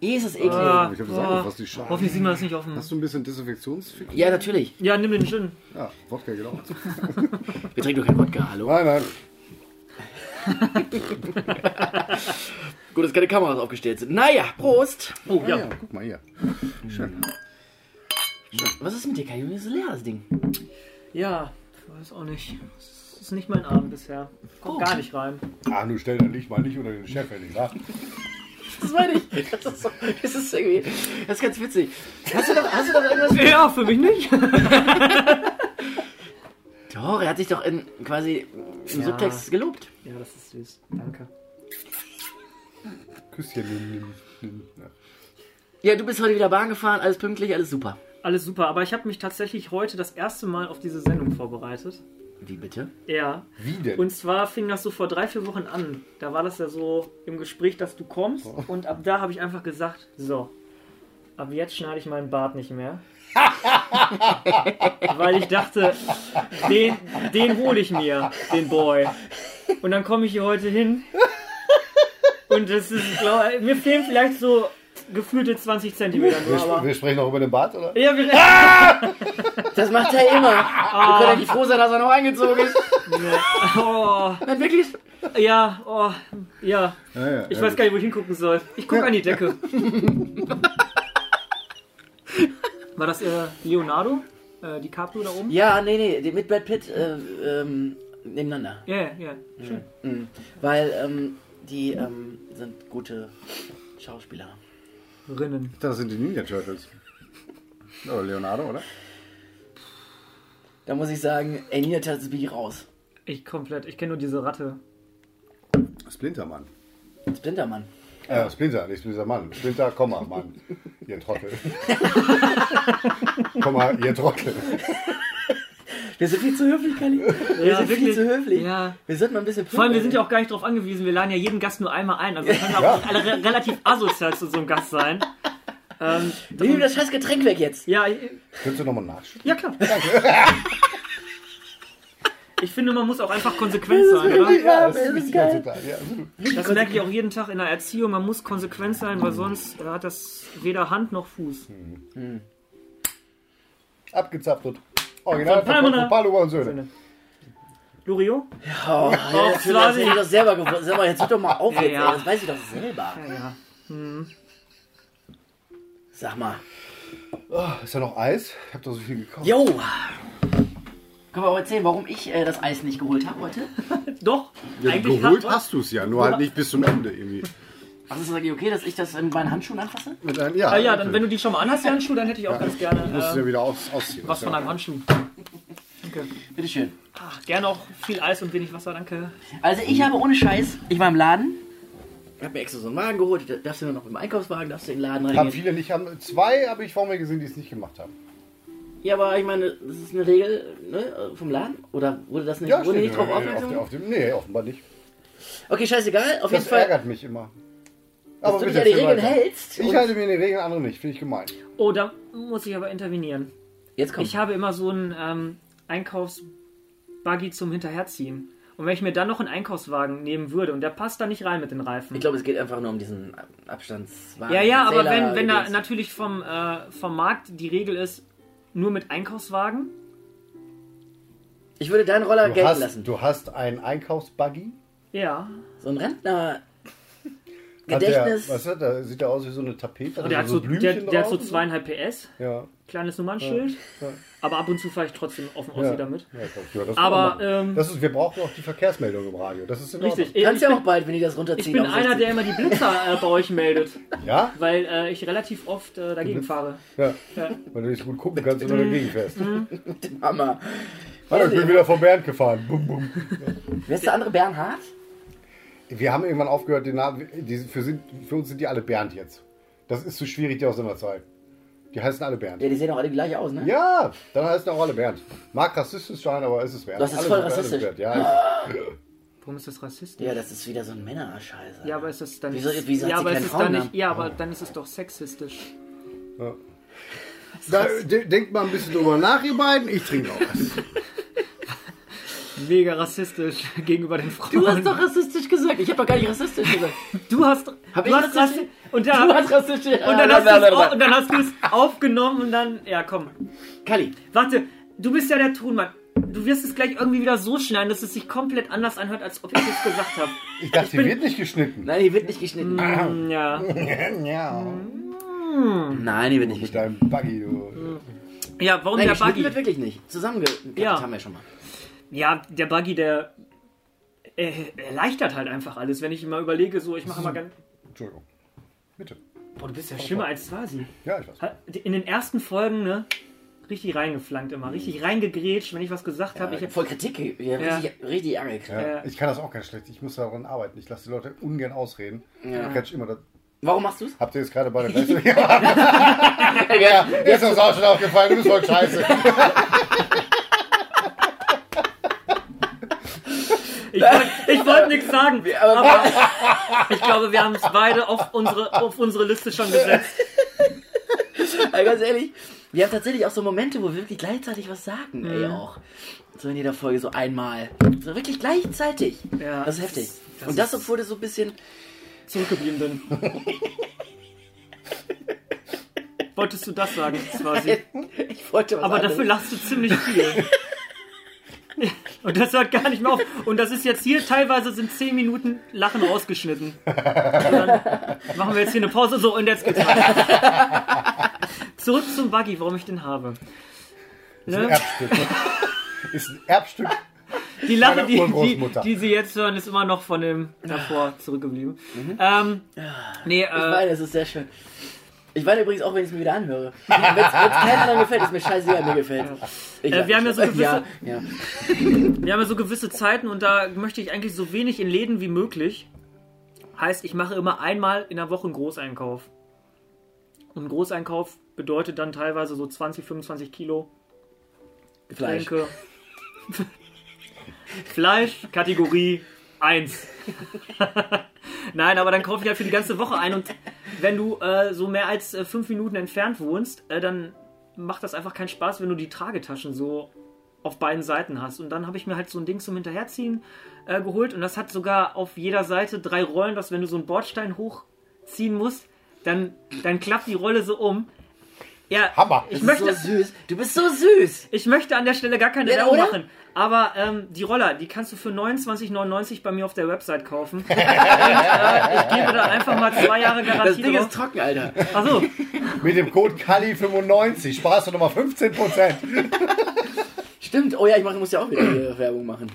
Speaker 1: Eh ist es eklig.
Speaker 2: Ah,
Speaker 4: Ich hab gesagt,
Speaker 2: ah,
Speaker 4: was die Scheiße.
Speaker 2: hoffentlich sieht man das nicht auf dem.
Speaker 4: Hast du ein bisschen Desinfektionsfick?
Speaker 1: Ja, natürlich.
Speaker 2: Ja, nimm den Gin.
Speaker 4: Ja, Wodka, genau.
Speaker 1: Wir trinken doch keinen Wodka, hallo?
Speaker 4: Nein, nein.
Speaker 1: Gut, dass keine Kameras aufgestellt sind. Naja, Prost!
Speaker 2: Oh,
Speaker 4: Ja.
Speaker 2: ja.
Speaker 4: guck mal hier.
Speaker 1: Was ist mit dir, Kai? Das ist leer, das Ding.
Speaker 2: Ja, ich weiß auch nicht. Es ist nicht mein Abend bisher. Kommt
Speaker 1: Oh.
Speaker 2: gar nicht rein.
Speaker 4: Ah, nun stell dein Licht mal nicht unter den Chef, ehrlich gesagt.
Speaker 1: Das meine ich. <laughs> Das ist, so, das ist irgendwie. Das ist ganz witzig. Hast du doch, hast du doch irgendwas.
Speaker 2: <laughs> Ja, für mich nicht.
Speaker 1: Doch, er hat sich doch in, quasi im Subtext gelobt.
Speaker 2: Ja, das ist süß. Danke.
Speaker 4: Küsschen. nimm, nimm, nimm.
Speaker 1: Ja, du bist heute wieder Bahn gefahren, alles pünktlich, alles super.
Speaker 2: Alles super, aber ich habe mich tatsächlich heute das erste Mal auf diese Sendung vorbereitet.
Speaker 1: Wie bitte?
Speaker 2: Ja.
Speaker 4: Wie denn?
Speaker 2: Und zwar fing das so vor drei, vier Wochen an. Da war das ja so im Gespräch, dass du kommst. Und ab da habe ich einfach gesagt, so, ab jetzt schneide ich meinen Bart nicht mehr. Weil ich dachte, den, den hole ich mir, den Boy. Und dann komme ich hier heute hin. Und das ist, glaub, mir fehlen vielleicht so gefühlte 20 Zentimeter
Speaker 4: wir,
Speaker 2: nur, aber...
Speaker 4: wir sprechen auch über den Bart, oder?
Speaker 2: Ja, wir,
Speaker 1: Das macht er immer. Wir können ja nicht froh sein, dass er noch eingezogen ist. <laughs>
Speaker 2: oh,
Speaker 1: Nein, wirklich.
Speaker 2: ja, oh, ja.
Speaker 4: Ja, ja,
Speaker 2: Ich
Speaker 4: ja,
Speaker 2: weiß gar nicht, wo ich hingucken soll. Ich gucke an die <laughs> Decke. War das äh, Leonardo? Äh, DiCaprio da oben?
Speaker 1: Ja, nee, nee, die- mit Brad Pitt äh, ähm, nebeneinander.
Speaker 2: Ja, ja, ja. Schön.
Speaker 1: Weil ähm, die ähm, sind gute Schauspieler.
Speaker 2: Rinnen.
Speaker 4: Das sind die Ninja Turtles. Oder Leonardo, oder?
Speaker 1: Da muss ich sagen, ey, Nina Turtles bin ich raus.
Speaker 2: Ich komplett. Ich kenne nur diese Ratte.
Speaker 4: Splintermann.
Speaker 1: Splintermann.
Speaker 4: Äh, Splinter, nicht Splintermann. Splinter, Komma, Mann. Ihr Trottel. <laughs> Komma, ihr Trottel.
Speaker 1: Wir sind viel zu höflich, Kali. Wir
Speaker 2: Ja,
Speaker 1: sind viel
Speaker 2: wirklich.
Speaker 1: zu höflich.
Speaker 2: Ja.
Speaker 1: Wir sollten mal ein bisschen
Speaker 2: Vor allem, wir sind ja auch gar nicht darauf angewiesen. Wir laden ja jeden Gast nur einmal ein. Also wir können auch alle re relativ asozial zu so einem Gast sein. Ähm,
Speaker 1: Nimm das scheiß Getränk weg jetzt.
Speaker 2: ja, ich-
Speaker 4: Könntest du nochmal nachschauen?
Speaker 2: ja, klar. <laughs> Ich finde, man muss auch einfach konsequent sein, oder?
Speaker 1: Ja,
Speaker 4: das ist ganz total. Ja, absolut.
Speaker 2: Das merke ich auch jeden Tag in der Erziehung. Man muss konsequent sein, weil sonst äh, hat das weder Hand noch Fuß.
Speaker 4: Abgezapft und original
Speaker 2: Von Palmer.
Speaker 4: von Paloma und Söhne.
Speaker 2: Söhne. Lurio?
Speaker 1: Oh, ja, natürlich, das hätte ich doch selber gewusst. Sag mal, jetzt hört doch mal auf
Speaker 2: Ja,
Speaker 1: jetzt,
Speaker 2: ja.
Speaker 1: Ey, das weiß ich doch selber.
Speaker 2: Ja. Hm.
Speaker 1: Sag mal.
Speaker 4: Ist da noch Eis? Ich hab doch so viel gekauft.
Speaker 1: Jo. Können wir auch erzählen, warum ich äh, das Eis nicht geholt habe heute?
Speaker 2: Doch, eigentlich
Speaker 4: Geholt
Speaker 2: hat-
Speaker 4: hast du es ja, nur halt nicht bis zum Ende irgendwie.
Speaker 1: Ach, ist es eigentlich okay, dass ich das in meinen Handschuhen anfasse?
Speaker 4: Mit einem, ja, äh,
Speaker 2: Ah, ja, dann, wenn du die schon mal anhast, die Handschuhe, dann hätte ich auch ganz
Speaker 4: musst du
Speaker 2: gerne
Speaker 4: ja wieder aus, ausziehen.
Speaker 2: äh, was von
Speaker 4: ja.
Speaker 2: einem Handschuh.
Speaker 1: Bitteschön.
Speaker 2: Ach, gerne auch viel Eis und wenig Wasser, danke.
Speaker 1: Also ich habe ohne Scheiß, ich war im Laden, hab mir extra so einen Wagen geholt, da- darfst du nur noch im Einkaufswagen, darfst du in den Laden
Speaker 4: Haben
Speaker 1: reingehen.
Speaker 4: viele nicht, haben zwei habe ich vor mir gesehen, die es nicht gemacht haben.
Speaker 1: Ja, aber ich meine, das ist eine Regel ne, vom Laden? Oder wurde das nicht, wurde
Speaker 4: steht
Speaker 1: nicht drauf
Speaker 4: äh,
Speaker 1: aufmerksam?
Speaker 4: Auf, auf dem, nee, offenbar nicht.
Speaker 1: Okay, scheißegal, auf
Speaker 4: Das
Speaker 1: jeden Fall,
Speaker 4: ärgert mich immer.
Speaker 1: dass du dich
Speaker 4: bitte
Speaker 1: an die
Speaker 4: erzähl
Speaker 1: Regeln
Speaker 4: weiter.
Speaker 1: hältst.
Speaker 4: Ich
Speaker 1: und-
Speaker 4: halte mir an die Regeln, andere nicht. Finde ich gemein.
Speaker 2: Oh, da muss ich aber intervenieren.
Speaker 1: Jetzt komm.
Speaker 2: Ich habe immer so einen ähm, Einkaufsbuggy zum Hinterherziehen. Und wenn ich mir dann noch einen Einkaufswagen nehmen würde und der passt da nicht rein mit den Reifen.
Speaker 1: Ich glaube, es geht einfach nur um diesen Abstandswagen.
Speaker 2: Ja, ja, aber
Speaker 1: Zähler-
Speaker 2: wenn, wenn da
Speaker 1: Dings.
Speaker 2: natürlich vom, äh, vom Markt die Regel ist, nur mit Einkaufswagen.
Speaker 1: Ich würde deinen Roller
Speaker 4: Du
Speaker 1: gelten
Speaker 4: hast,
Speaker 1: lassen.
Speaker 4: du hast einen Einkaufsbuggy.
Speaker 2: Ja.
Speaker 1: So ein Rentner.
Speaker 4: Hat der,
Speaker 1: Gedächtnis.
Speaker 4: was hat er? Sieht er aus wie so eine Tapete?
Speaker 2: Und der, hat Also so, der,
Speaker 4: Blümchen
Speaker 2: der hat so
Speaker 4: drauf?
Speaker 2: zweieinhalb PS,
Speaker 4: Ja,
Speaker 2: kleines Nummernschild. Aber ab und zu fahre ich trotzdem offen Ossi
Speaker 4: ja.
Speaker 2: damit.
Speaker 4: Ja, komm, ja, das
Speaker 2: Aber,
Speaker 4: kann man machen.
Speaker 2: ähm,
Speaker 4: das ist, wir brauchen auch die Verkehrsmeldung im Radio. Das ist in
Speaker 2: Richtig.
Speaker 4: Ordnung.
Speaker 2: Ich,
Speaker 1: Kannst ja auch
Speaker 2: bin,
Speaker 1: bald, wenn die das
Speaker 2: ich
Speaker 1: runterziehen.
Speaker 2: bin
Speaker 1: auf 60.
Speaker 2: einer, der immer die Blitzer äh, bei euch <laughs> meldet,
Speaker 4: Ja?
Speaker 2: weil äh, ich relativ oft äh, dagegen fahre.
Speaker 4: ja? Weil du nicht so gut gucken kannst, wenn du dagegen fährst.
Speaker 2: Mhm.
Speaker 1: Hammer.
Speaker 4: Hallo, ich bin wieder vor Bernd gefahren. Bum, bum.
Speaker 1: Wer ist der andere Bernhard?
Speaker 4: Wir haben irgendwann aufgehört, den Namen, die, für, sind, für uns sind die alle Bernd jetzt. Das ist zu schwierig, die auseinanderzuhalten. Die heißen alle Bernd.
Speaker 1: Ja, die sehen auch alle gleich aus, ne?
Speaker 4: Ja, dann heißt er auch alle Bernd. Mag rassistisch sein, aber ist es wert.
Speaker 1: Das ist
Speaker 4: Alles
Speaker 1: voll
Speaker 4: wert,
Speaker 1: rassistisch. Ah.
Speaker 4: alles wert. Ja,
Speaker 2: Warum ist das rassistisch?
Speaker 1: Ja, das ist wieder so ein Männerscheiße.
Speaker 2: Ja, aber ist das dann
Speaker 1: Wieso- wieso hat
Speaker 2: ja,
Speaker 1: sie
Speaker 2: aber
Speaker 1: keinen
Speaker 2: ist es dann
Speaker 1: Frauennamen?
Speaker 2: nicht, ja, aber dann ist es doch sexistisch.
Speaker 4: ist, da, de, denkt mal ein bisschen drüber nach, ihr beiden. Ich trinke auch was.
Speaker 2: Mega rassistisch <laughs> gegenüber den Frauen.
Speaker 1: Du hast doch rassistisch gesagt. Ich habe doch gar nicht rassistisch gesagt.
Speaker 2: Du hast.
Speaker 1: Hab
Speaker 2: Du hast rassi- und da-
Speaker 1: Du hast rassistisch.
Speaker 2: Und dann, hast du's au- und dann hast du es aufgenommen und dann. Ja, komm.
Speaker 1: Kalli,
Speaker 2: Warte, du bist ja der Tonmann. Du wirst es gleich irgendwie wieder so schneiden, dass es sich komplett anders anhört, als ob ich es gesagt habe.
Speaker 4: Ich dachte, die wird nicht geschnitten.
Speaker 1: nein, die wird nicht geschnitten. Ah.
Speaker 2: Hm, Ja.
Speaker 4: Ja.
Speaker 1: Nein, die wird nicht
Speaker 4: Mit
Speaker 1: geschnitten. Mhm.
Speaker 4: deinem Buggy, du.
Speaker 2: Ja, warum
Speaker 1: Nein,
Speaker 2: der
Speaker 1: geschnitten wird
Speaker 2: Buggy?
Speaker 1: wirklich nicht. Zusammengekappt
Speaker 2: Ja.
Speaker 1: haben wir schon mal.
Speaker 2: Ja, der Buggy, der äh, erleichtert halt einfach alles, wenn ich immer überlege, so, ich mache mal ganz.
Speaker 4: Entschuldigung. Bitte.
Speaker 2: Boah, du bist ja schlimmer als Swasi.
Speaker 4: Ja, ich weiß.
Speaker 2: Hat- In den ersten Folgen, ne? Richtig reingeflankt immer, richtig reingegrätscht, wenn ich was gesagt habe.
Speaker 1: Ja,
Speaker 2: Ich,
Speaker 1: voll Kritik. Ja,
Speaker 2: Ja.
Speaker 1: Richtig, richtig angekriegt.
Speaker 4: Ja,
Speaker 2: Äh.
Speaker 4: ich kann das auch ganz schlecht. Ich muss daran arbeiten. Ich lasse die Leute ungern ausreden. Ich quatsch immer das.
Speaker 1: Warum machst du's? <laughs>
Speaker 4: Habt ihr jetzt gerade
Speaker 2: <laughs>
Speaker 4: bei der Leistung? ja, mir ist das auch schon aufgefallen. Du bist voll scheiße.
Speaker 2: ich wollte ich wollte nichts sagen,
Speaker 1: aber-
Speaker 2: aber ich glaube, wir haben es beide auf unsere, auf unsere Liste schon gesetzt.
Speaker 1: Aber ganz ehrlich, wir haben tatsächlich auch so Momente, wo wir wirklich gleichzeitig was sagen,
Speaker 2: Mhm.
Speaker 1: ey, auch. So in jeder Folge, so einmal. So wirklich gleichzeitig.
Speaker 2: Ja,
Speaker 1: das ist
Speaker 2: das
Speaker 1: heftig.
Speaker 2: ist- das
Speaker 1: Und das,
Speaker 2: ist-
Speaker 1: obwohl du so ein bisschen.
Speaker 2: Zurückgeblieben bin. <laughs> Wolltest du das sagen, Swasi?
Speaker 1: Ich wollte was
Speaker 2: Aber dafür
Speaker 1: anderes.
Speaker 2: lachst du ziemlich viel. Und das hört gar nicht mehr auf. Und das ist jetzt hier, teilweise sind 10 Minuten Lachen rausgeschnitten. Und dann machen wir jetzt hier eine Pause. So, und jetzt geht's weiter. Zurück zum Buggy, warum ich den habe. Ne?
Speaker 4: Erbstück. Ist ein Erbstück.
Speaker 2: Die Lache,
Speaker 4: meiner
Speaker 2: die, die,
Speaker 4: Urgroßmutter.
Speaker 2: die sie jetzt hören, ist immer noch von dem davor zurückgeblieben. Ähm, nee,
Speaker 1: Ich
Speaker 2: äh,
Speaker 1: meine, das ist sehr schön. Ich meine übrigens auch, wenn ich es mir wieder anhöre. <laughs> Wenn es keinem anderen gefällt, ist mir scheißegal, mir gefällt. Ich
Speaker 2: Äh, wir
Speaker 1: lach.
Speaker 2: haben ja so gewisse-
Speaker 1: ja, ja.
Speaker 2: Wir haben ja so gewisse Zeiten und da möchte ich eigentlich so wenig in Läden wie möglich. Heißt, ich mache immer einmal in der Woche einen Großeinkauf. Und ein Großeinkauf bedeutet dann teilweise so 20, 25 Kilo
Speaker 1: Fleisch.
Speaker 2: Getränke. Fleisch, Kategorie 1. <laughs> Nein, aber dann kaufe ich halt für die ganze Woche ein und wenn du äh, so mehr als äh, fünf Minuten entfernt wohnst, äh, dann macht das einfach keinen Spaß, wenn du die Tragetaschen so auf beiden Seiten hast. Und dann habe ich mir halt so ein Ding zum Hinterherziehen äh, geholt und das hat sogar auf jeder Seite drei Rollen, dass wenn du so einen Bordstein hochziehen musst, dann, dann klappt die Rolle so um. Ja,
Speaker 4: Hammer.
Speaker 2: Ich
Speaker 1: Du bist
Speaker 2: möchte,
Speaker 1: so süß. Du bist so süß.
Speaker 2: ich möchte an der Stelle gar keine
Speaker 1: Ja,
Speaker 2: Werbung
Speaker 1: oder?
Speaker 2: machen. Aber ähm, die Roller, die kannst du für 29,99 bei mir auf der Website kaufen. Und, äh, ich gebe da einfach mal zwei Jahre
Speaker 1: Das
Speaker 2: Garantie
Speaker 1: Ding ist
Speaker 2: drauf.
Speaker 1: trocken, Alter.
Speaker 2: Achso,
Speaker 4: Mit dem Code Kali95 sparst du nochmal 15%.
Speaker 1: Stimmt. Oh ja, ich mach, muss ja auch wieder hier Werbung machen.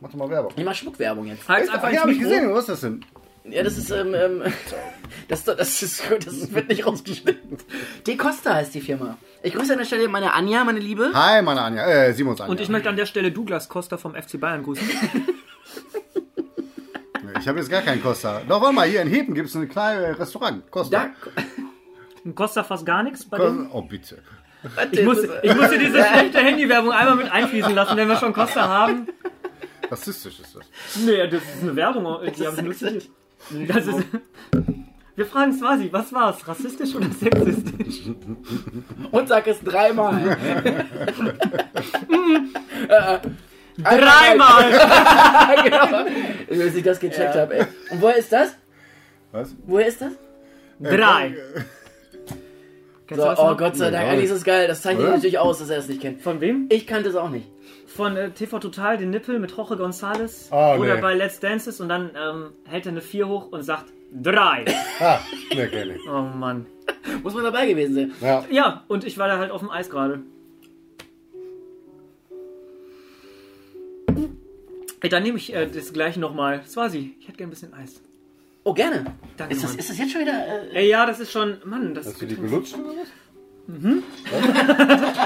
Speaker 4: Mach doch mal Werbung.
Speaker 1: Ich mach Schmuckwerbung jetzt.
Speaker 2: halt
Speaker 4: Ach
Speaker 2: einfach
Speaker 4: ja,
Speaker 2: ins
Speaker 4: hab ich
Speaker 2: Mikro.
Speaker 4: gesehen. Was ist das denn?
Speaker 1: Ja, das ist, ähm, ähm, <laughs> das, das ist gut, das wird nicht rausgeschnitten. De Costa heißt die Firma. Ich grüße an der Stelle meine Anja, meine Liebe.
Speaker 4: Hi, meine Anja. Äh, Simons Anja.
Speaker 2: Und ich möchte an der Stelle Douglas Costa vom FC Bayern grüßen.
Speaker 4: Ich habe jetzt gar keinen Costa. Doch, warte mal, hier in Heben gibt es ein kleines Restaurant. Costa.
Speaker 1: Da,
Speaker 2: Und Costa fast gar nichts bei dem.
Speaker 4: Costa. Oh, bitte.
Speaker 2: Ich muss, ich muss hier diese schlechte Handywerbung einmal mit einfließen lassen, wenn wir schon Costa haben.
Speaker 4: Rassistisch ist das.
Speaker 2: Nee, das ist eine Werbung, die habe ich nur zitiert. Das ist. Wir fragen Swasi, was war's? Rassistisch oder sexistisch?
Speaker 1: und sag es
Speaker 2: <laughs>
Speaker 1: dreimal. Mm. Äh, <laughs>
Speaker 2: Dreimal!
Speaker 1: genau. Als ich das gecheckt habe, ey. Und woher ist das?
Speaker 4: Was?
Speaker 1: Woher ist das?
Speaker 4: Äh,
Speaker 2: Drei. <laughs>
Speaker 1: So,
Speaker 2: Kennst du das
Speaker 1: oh
Speaker 2: noch?
Speaker 1: Gott sei Dank,
Speaker 4: Ja.
Speaker 1: eigentlich ist es geil. Das zeichnet
Speaker 4: Oder?
Speaker 1: natürlich aus, dass er das nicht kennt.
Speaker 2: Von wem?
Speaker 1: Ich kannte es auch nicht.
Speaker 2: Von äh, TV Total, den Nippel mit Jorge González,
Speaker 4: Ah,
Speaker 2: wo
Speaker 4: nee.
Speaker 2: er bei Let's Dance ist und dann ähm, hält er eine 4 hoch und sagt
Speaker 1: <laughs>
Speaker 2: 3.
Speaker 4: Ah, ne, kenne ich.
Speaker 2: Oh Mann.
Speaker 1: Muss man dabei gewesen sein.
Speaker 4: Ja.
Speaker 2: Ja, und ich war da halt auf dem Eis gerade. Ey, Dann nehme ich äh, das gleiche nochmal. Swazi, ich hätte gern ein bisschen Eis.
Speaker 1: Oh, gerne.
Speaker 2: Danke,
Speaker 1: Ist das,
Speaker 2: Mann.
Speaker 1: ist das jetzt schon wieder... Äh,
Speaker 2: Ey, ja, das ist schon. Mann, das
Speaker 4: Hast
Speaker 2: ist.
Speaker 4: du die gelutscht oder was?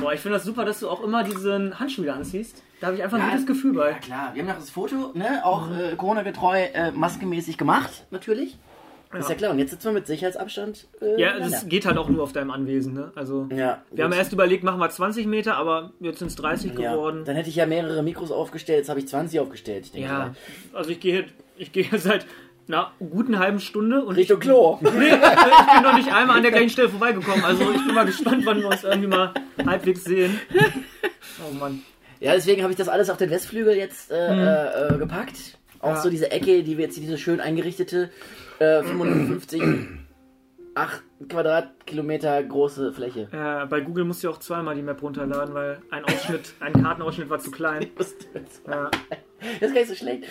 Speaker 2: Boah, ich finde das super, dass du auch immer diesen Handschuh wieder anziehst. Da habe ich einfach ein
Speaker 1: Ja,
Speaker 2: gutes Gefühl bei.
Speaker 1: ja klar, wir haben noch das Foto, ne, auch äh, Corona-getreu, äh, maskenmäßig gemacht, natürlich. Ist ja klar, und jetzt sitzen wir mit Sicherheitsabstand äh,
Speaker 2: Ja,
Speaker 1: miteinander.
Speaker 2: das geht halt auch nur auf deinem Anwesen, ne? Also.
Speaker 1: Ja,
Speaker 2: Wir haben erst überlegt, machen wir 20 Meter, aber jetzt sind es 30 geworden.
Speaker 1: Dann hätte ich ja mehrere Mikros aufgestellt, jetzt habe ich 20 aufgestellt. Ich denke
Speaker 2: Ja,
Speaker 1: mal.
Speaker 2: also ich gehe ich gehe <laughs> seit einer guten halben Stunde und
Speaker 1: Richtung <laughs> Klo.
Speaker 2: ich, <laughs> nee, ich bin noch nicht einmal an der gleichen Stelle vorbeigekommen. Also ich bin mal gespannt, wann wir uns irgendwie mal halbwegs sehen. Oh Mann.
Speaker 1: Mhm. Ja, deswegen habe ich das alles auf den Westflügel jetzt äh, äh, äh, gepackt. Auch so diese Ecke, die wir jetzt, diese schön eingerichtete äh, 55, 8 Quadratkilometer große Fläche.
Speaker 2: Äh, bei Google musst du auch zweimal die Map runterladen, weil ein Ausschnitt, ein Kartenausschnitt war zu klein.
Speaker 1: Das ist
Speaker 2: Ja.
Speaker 1: gar nicht so schlecht.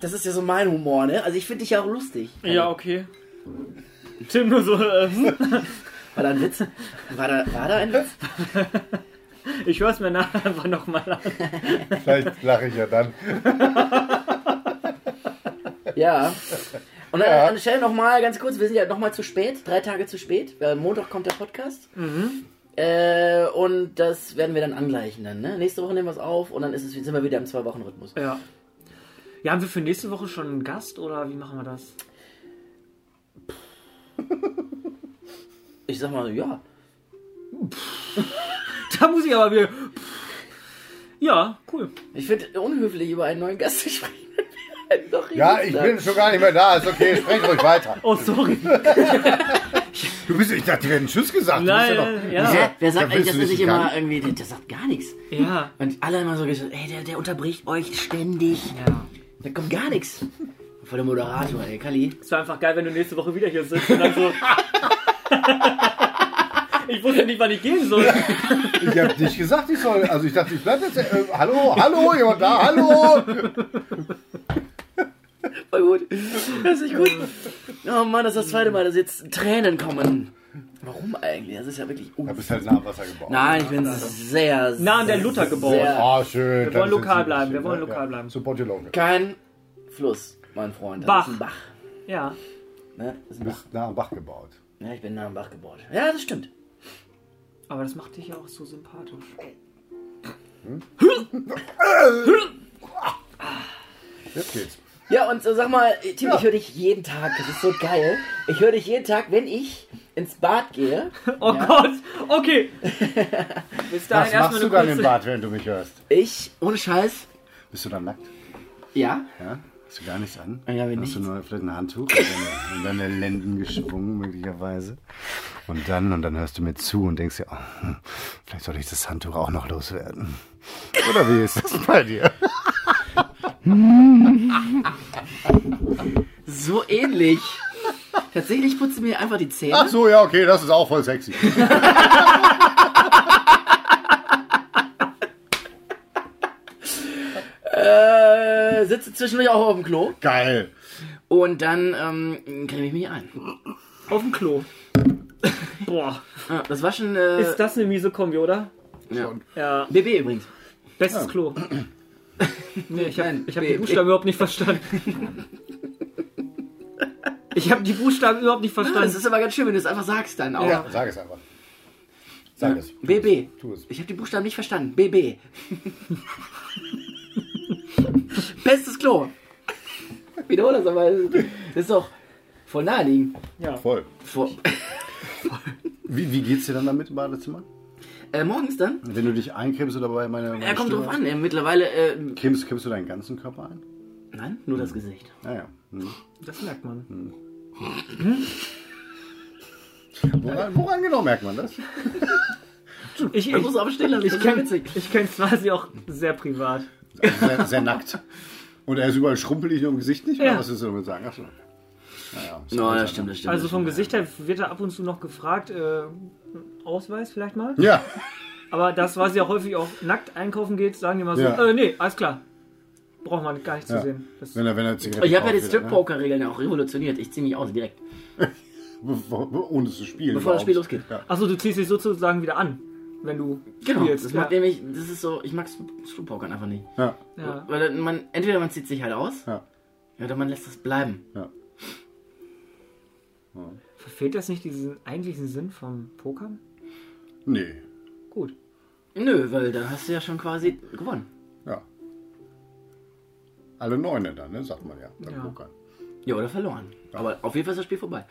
Speaker 1: Das ist ja so mein Humor, ne? Also ich finde dich ja auch lustig.
Speaker 2: Ja, okay. Tim nur so, äh, hm.
Speaker 1: War da ein Witz? War da, war da ein Witz?
Speaker 2: ich höre es mir nachher einfach nochmal an.
Speaker 4: Vielleicht lache ich ja dann.
Speaker 1: Ja. Und an,
Speaker 4: Ja.
Speaker 1: an der Stelle nochmal ganz kurz, wir sind ja nochmal zu spät, drei Tage zu spät, weil Montag kommt der Podcast.
Speaker 4: Mhm.
Speaker 1: Äh, und das werden wir dann angleichen dann, ne? Nächste Woche nehmen wir es auf und dann ist es, sind wir wieder im Zwei-Wochen-Rhythmus.
Speaker 2: Ja. Ja, haben wir für nächste Woche schon einen Gast oder wie machen wir das?
Speaker 1: Ich sag mal, ja.
Speaker 2: <laughs> Da muss ich aber wieder. Ja, cool.
Speaker 1: Ich finde unhöflich, über einen neuen Gast zu sprechen. <laughs> Doch,
Speaker 4: Ja, ich bin schon gar nicht mehr da. Ist okay, sprech ruhig weiter.
Speaker 2: Oh, sorry.
Speaker 4: Du bist, ich dachte, wir hätten Tschüss gesagt.
Speaker 2: Nein,
Speaker 4: du bist
Speaker 2: ja.
Speaker 1: Wer, wer sagt
Speaker 4: Da
Speaker 1: eigentlich,
Speaker 4: willst
Speaker 1: dass
Speaker 4: du
Speaker 1: er
Speaker 4: dich
Speaker 1: sich
Speaker 4: gar
Speaker 1: immer äh, irgendwie, der, der sagt gar nichts.
Speaker 2: <laughs> Ja.
Speaker 1: Und alle immer so gesagt, ey, der, der unterbricht euch ständig.
Speaker 2: Ja.
Speaker 1: Da kommt gar nichts. Voll der Moderator, ey, Kalli.
Speaker 2: Es war einfach geil, wenn du nächste Woche wieder hier sitzt und dann so. <laughs> ich wusste nicht, wann ich gehen soll.
Speaker 4: Ich hab nicht gesagt, ich soll. Also ich dachte, ich bleib jetzt. Äh, hallo, hallo, jemand da, hallo.
Speaker 1: Voll gut. Das ist nicht gut. Oh Mann, das ist das zweite Mal, dass jetzt Tränen kommen. Warum eigentlich? Das ist ja wirklich
Speaker 4: Da
Speaker 1: un...
Speaker 4: bist halt nah am Wasser gebaut.
Speaker 1: Nein, ich bin sehr,
Speaker 2: Nah an der
Speaker 1: sehr-
Speaker 2: Luther gebaut.
Speaker 1: Sehr,
Speaker 4: Ah, schön.
Speaker 2: Wir wollen
Speaker 4: Das ist
Speaker 2: lokal
Speaker 4: jetzt
Speaker 2: bleiben, wir
Speaker 4: schön,
Speaker 2: wollen
Speaker 4: ja,
Speaker 2: lokal
Speaker 4: ja.
Speaker 2: bleiben.
Speaker 4: Support your local.
Speaker 1: kein Fluss, mein Freund. Das
Speaker 2: Bach.
Speaker 1: Ist ein Bach.
Speaker 2: <laughs> Ja.
Speaker 1: Ne? Das ist ein
Speaker 4: Du
Speaker 1: Bach.
Speaker 4: bist nah am Bach gebaut.
Speaker 1: Ja, ich bin nah am Bach gebaut. Ja, das stimmt.
Speaker 2: Aber das macht dich ja auch so sympathisch.
Speaker 4: Jetzt geht's.
Speaker 1: Ja, und so, sag mal, Tim, ich höre dich jeden Tag. Das ist so geil. Ich höre dich jeden Tag, wenn ich ins Bad gehe.
Speaker 2: Oh Gott, okay. Bis dahin
Speaker 4: Was
Speaker 2: erstmal
Speaker 4: machst du dann im
Speaker 2: eine kurze.
Speaker 4: Bad, wenn du mich hörst?
Speaker 1: Ich, ohne Scheiß,
Speaker 4: Bist du dann nackt?
Speaker 1: ja.
Speaker 4: Ja? Hast du gar nichts an?
Speaker 1: Ja, wenn
Speaker 4: Hast du
Speaker 1: nichts.
Speaker 4: nur vielleicht ein Handtuch und deine, <laughs> und deine Lenden geschwungen möglicherweise. Und dann, und dann hörst du mir zu und denkst dir, oh, hm, vielleicht sollte ich das Handtuch auch noch loswerden. Oder wie ist das bei dir?
Speaker 1: So ähnlich. Tatsächlich putze mir einfach die Zähne.
Speaker 4: Ach so, ja, okay, das ist auch voll sexy.
Speaker 1: Äh, sitze zwischendurch auch auf dem Klo.
Speaker 4: Geil.
Speaker 1: Und dann ähm, creme ich mich ein.
Speaker 2: Auf dem Klo. Boah.
Speaker 1: Ah, das Waschen. Äh,
Speaker 2: Ist das eine miese Kombi, oder?
Speaker 1: ja.
Speaker 2: Ja.
Speaker 1: BB übrigens.
Speaker 2: Bestes Klo. Nee, ich habe
Speaker 1: Nein,
Speaker 2: ich hab
Speaker 1: B-
Speaker 2: die Buchstaben überhaupt nicht verstanden. Ich habe die Buchstaben überhaupt nicht
Speaker 1: Ah, das
Speaker 2: verstanden.
Speaker 1: ist aber ganz schön, wenn du es einfach sagst dann auch.
Speaker 4: Ja, sag es einfach. Sag es.
Speaker 1: BB.
Speaker 4: Tu es.
Speaker 1: Ich habe die Buchstaben nicht verstanden. BB. <laughs> Bestes Klo. Wiederhole das aber. Das ist doch voll naheliegend.
Speaker 2: Ja.
Speaker 4: Voll.
Speaker 1: Vor,
Speaker 4: Wie, wie geht's dir dann damit im Badezimmer?
Speaker 1: äh, morgens dann?
Speaker 4: Wenn du dich eincremst oder bei meiner.
Speaker 1: Ja, kommt drauf an. Äh, mittlerweile. Äh,
Speaker 4: Cremst, cremst du deinen ganzen Körper ein?
Speaker 1: nein, nur das Gesicht.
Speaker 4: Naja. Hm.
Speaker 2: Das merkt man.
Speaker 4: Woran, woran genau merkt man das?
Speaker 2: Ich, ich,
Speaker 1: Ich muss aufstehen lassen. Ich
Speaker 2: ich
Speaker 1: kann
Speaker 2: kenne
Speaker 1: witzig.
Speaker 2: ich kenn Swasi auch sehr privat.
Speaker 4: sehr, sehr nackt. Und er ist überall schrumpelig und im Gesicht nicht mehr.
Speaker 2: Ja.
Speaker 4: Was willst du damit sagen? Ach so. Naja, ist
Speaker 1: No,
Speaker 4: halt
Speaker 1: das
Speaker 4: so.
Speaker 1: stimmt, das stimmt.
Speaker 2: Also vom Gesicht her wird er ab und zu noch gefragt, äh, Ausweis vielleicht mal.
Speaker 4: Ja,
Speaker 2: Aber das, was ja häufig auch nackt einkaufen geht, sagen die immer so,
Speaker 4: Ja.
Speaker 2: äh, nee, alles klar. Braucht man gar nicht zu
Speaker 4: Ja.
Speaker 2: sehen. Das, ne?
Speaker 4: wenn er, wenn er Zigaretten
Speaker 1: Ich habe ja die
Speaker 4: kauft wieder,
Speaker 1: Strip-Poker-Regeln auch revolutioniert. Ich ziehe mich aus direkt.
Speaker 4: ne? Bevor- be- Ohne zu spielen.
Speaker 1: Bevor das Spiel
Speaker 4: überhaupt.
Speaker 1: losgeht.
Speaker 4: Ja.
Speaker 2: Achso, du ziehst dich sozusagen wieder an, wenn du
Speaker 1: Genau.
Speaker 2: spielst.
Speaker 1: das
Speaker 2: ja.
Speaker 1: macht nämlich, das ist so, ich mag Strip-Pokern einfach nicht.
Speaker 4: Ja.
Speaker 2: ja.
Speaker 1: Weil dann man, entweder man zieht sich halt aus,
Speaker 4: Ja.
Speaker 1: oder man lässt das bleiben.
Speaker 4: Ja.
Speaker 2: Verfehlt das nicht diesen eigentlichen Sinn vom Pokern?
Speaker 4: Nee.
Speaker 2: Gut.
Speaker 1: Nö, weil dann hast du ja schon quasi gewonnen.
Speaker 4: Ja. Alle Neune dann, ne? sagt man ja. Beim
Speaker 2: Ja.
Speaker 4: Pokern.
Speaker 1: Ja, oder verloren. Aber auf jeden Fall ist das Spiel vorbei.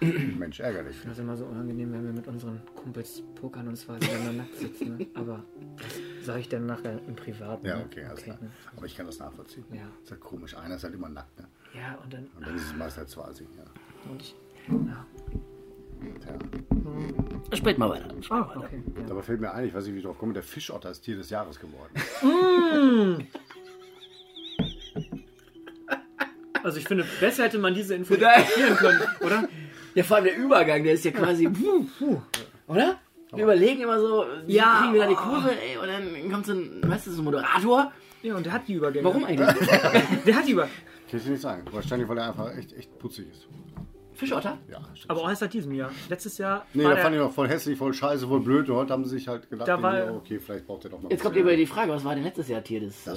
Speaker 4: Mensch, ärgerlich.
Speaker 2: Das ist immer so unangenehm, wenn wir mit unseren Kumpels pokern und zwar wenn nackt sitzen. Ne? Aber das sage ich dann nachher im Privaten.
Speaker 4: Ja,
Speaker 2: ne?
Speaker 4: okay, alles klar.
Speaker 2: ne?
Speaker 4: Aber ich kann das nachvollziehen.
Speaker 2: Ja.
Speaker 4: Ist ja komisch. Einer ist halt immer nackt, ne?
Speaker 2: Ja, und dann.
Speaker 4: Und dann ist es meist halt quasi. Ja.
Speaker 2: Und ich,
Speaker 4: Tja.
Speaker 1: Sprich mal weiter.
Speaker 2: ah, okay. Ja.
Speaker 4: Dabei fällt mir ein, ich weiß nicht, wie ich drauf komme, der Fischotter ist Tier des Jahres geworden.
Speaker 2: Also ich finde, besser hätte man diese Info
Speaker 1: Nein.
Speaker 2: interpretieren können, oder?
Speaker 1: Ja, vor allem der Übergang, der ist ja quasi. Puh, puh, oder? Wir überlegen immer so, wie
Speaker 2: Ja,
Speaker 1: kriegen wir da die
Speaker 2: oh.
Speaker 1: Kurve, ey, und dann kommt so ein, weißt du, so ein Moderator.
Speaker 2: Ja, und der hat die Übergänge.
Speaker 1: Warum eigentlich?
Speaker 2: Der hat die Übergänge.
Speaker 5: Ich will es dir nicht sagen. Wahrscheinlich, weil er einfach echt, echt putzig ist.
Speaker 1: Fischotter?
Speaker 5: Ja, stimmt.
Speaker 2: Aber auch erst seit diesem Jahr. Letztes Jahr
Speaker 5: Nee,
Speaker 2: war
Speaker 5: da
Speaker 2: der,
Speaker 5: fand ich noch voll hässlich, voll scheiße, voll blöd. Und heute haben sie sich halt gedacht,
Speaker 2: Da war-
Speaker 5: nee, okay, vielleicht braucht er doch mal
Speaker 1: Jetzt kommt
Speaker 5: was.
Speaker 1: über die Frage, was war denn letztes Jahr Tier des. Äh,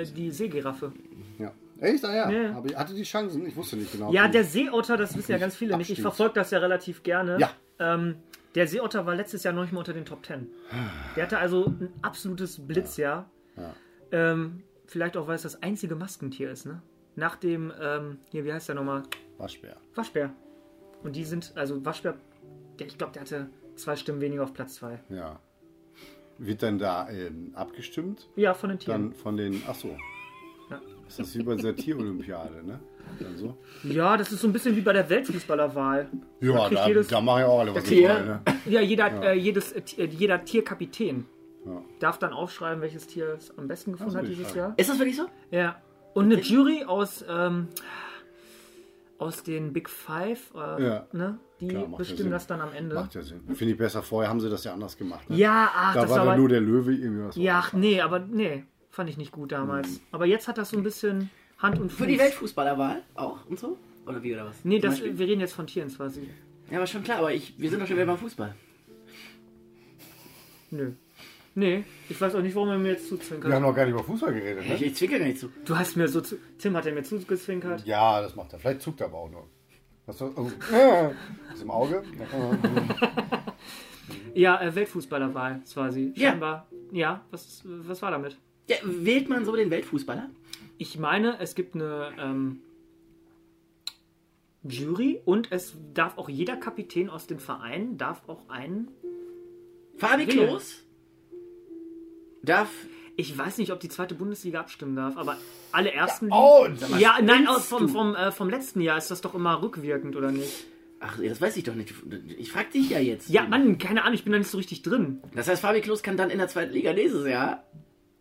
Speaker 2: äh, die Seegiraffe.
Speaker 5: Ja. Echt? Ah, ja.
Speaker 2: Ja.
Speaker 5: Aber ich hatte die Chancen. Ich wusste nicht genau.
Speaker 2: Ja,
Speaker 5: ob
Speaker 2: der
Speaker 5: die-
Speaker 2: Seeotter, das wissen ja ganz viele nicht. Ich
Speaker 5: Abstieg.
Speaker 2: verfolge das ja relativ gerne.
Speaker 5: Ja.
Speaker 2: Ähm, der Seeotter war letztes Jahr noch nicht mal unter den Top Ten. Der hatte also ein absolutes Blitzjahr. Ähm, vielleicht auch, weil es das einzige Maskentier ist, ne? Nach dem, ähm, hier, wie heißt der nochmal?
Speaker 5: Waschbär.
Speaker 2: Waschbär. Und die sind, also Waschbär, der, ich glaube, der hatte zwei Stimmen weniger auf Platz zwei.
Speaker 5: Ja. Wird dann da ähm, abgestimmt?
Speaker 2: Ja, von den Tieren.
Speaker 5: Dann von den. Achso.
Speaker 2: Ja.
Speaker 5: Ist das wie bei der Tierolympiade, ne? Dann so.
Speaker 2: Ja, das ist so ein bisschen wie bei der Weltfußballerwahl.
Speaker 5: Ja,
Speaker 2: kriegt
Speaker 5: da,
Speaker 2: jedes-
Speaker 5: da machen ja auch alle was
Speaker 1: Tier.
Speaker 5: wollen, ne?
Speaker 2: Ja, jeder, Äh, jedes, äh, Ti- äh, jeder Tierkapitän
Speaker 5: Ja.
Speaker 2: darf dann aufschreiben, welches Tier es am besten gefunden
Speaker 5: Das
Speaker 2: hat
Speaker 5: will ich
Speaker 2: dieses Jahr.
Speaker 5: sagen.
Speaker 1: ist das wirklich so?
Speaker 2: Ja. Und eine Jury aus, ähm, aus den Big Five, äh,
Speaker 5: Ja.
Speaker 2: ne? die
Speaker 5: Klar, macht ja
Speaker 2: bestimmen
Speaker 5: Sinn.
Speaker 2: das dann am Ende.
Speaker 5: Macht ja Sinn. Finde ich besser. Vorher haben sie das ja anders gemacht. Ne?
Speaker 2: ja, ach,
Speaker 5: Da
Speaker 2: das
Speaker 5: war
Speaker 2: aber,
Speaker 5: dann nur der Löwe irgendwie was.
Speaker 2: Ja, ach, nee, aber nee, fand ich nicht gut
Speaker 5: Mhm.
Speaker 2: damals. Aber jetzt hat das so ein bisschen Hand und Fuß.
Speaker 1: Für die Weltfußballerwahl auch und so? Oder wie oder was?
Speaker 2: Nee,
Speaker 1: Zum
Speaker 2: das,
Speaker 1: Beispiel?
Speaker 2: wir reden jetzt von Tieren quasi.
Speaker 1: Ja, aber schon klar, aber ich, wir sind doch schon wieder beim Fußball.
Speaker 2: Nö. Nee, ich weiß auch nicht, warum er mir jetzt zuzwinkert.
Speaker 5: Wir haben noch gar nicht über Fußball geredet,
Speaker 1: Ich,
Speaker 5: ne?
Speaker 1: ich zwinker gar nicht zu.
Speaker 2: Du hast mir so zu. Tim hat er mir zugezwinkert.
Speaker 5: Ja, das macht er. Vielleicht zuckt er aber auch nur. Was so, oh, äh, ist im Auge?
Speaker 2: Ja, äh, Weltfußballerwahl, quasi.
Speaker 1: Ja.
Speaker 2: Scheinbar. Ja, was, was war damit?
Speaker 1: Ja, wählt man so den Weltfußballer?
Speaker 2: Ich meine, es gibt eine ähm, Jury und es darf auch jeder Kapitän aus dem Verein darf auch einen.
Speaker 1: Fabi
Speaker 2: Wählen.
Speaker 1: Klos darf.
Speaker 2: Ich weiß nicht, ob die zweite Bundesliga abstimmen darf, aber alle ersten.
Speaker 5: Oh,
Speaker 2: Ligen- ja, nein, aus vom, vom, äh, vom letzten Jahr ist das doch immer rückwirkend, oder nicht?
Speaker 1: Ach, das weiß ich doch nicht. Ich frag dich ja jetzt.
Speaker 2: Ja, Mann, keine Ahnung, ich bin da nicht so richtig drin.
Speaker 1: Das heißt, Fabi Klos kann dann in der zweiten Liga nächstes Jahr.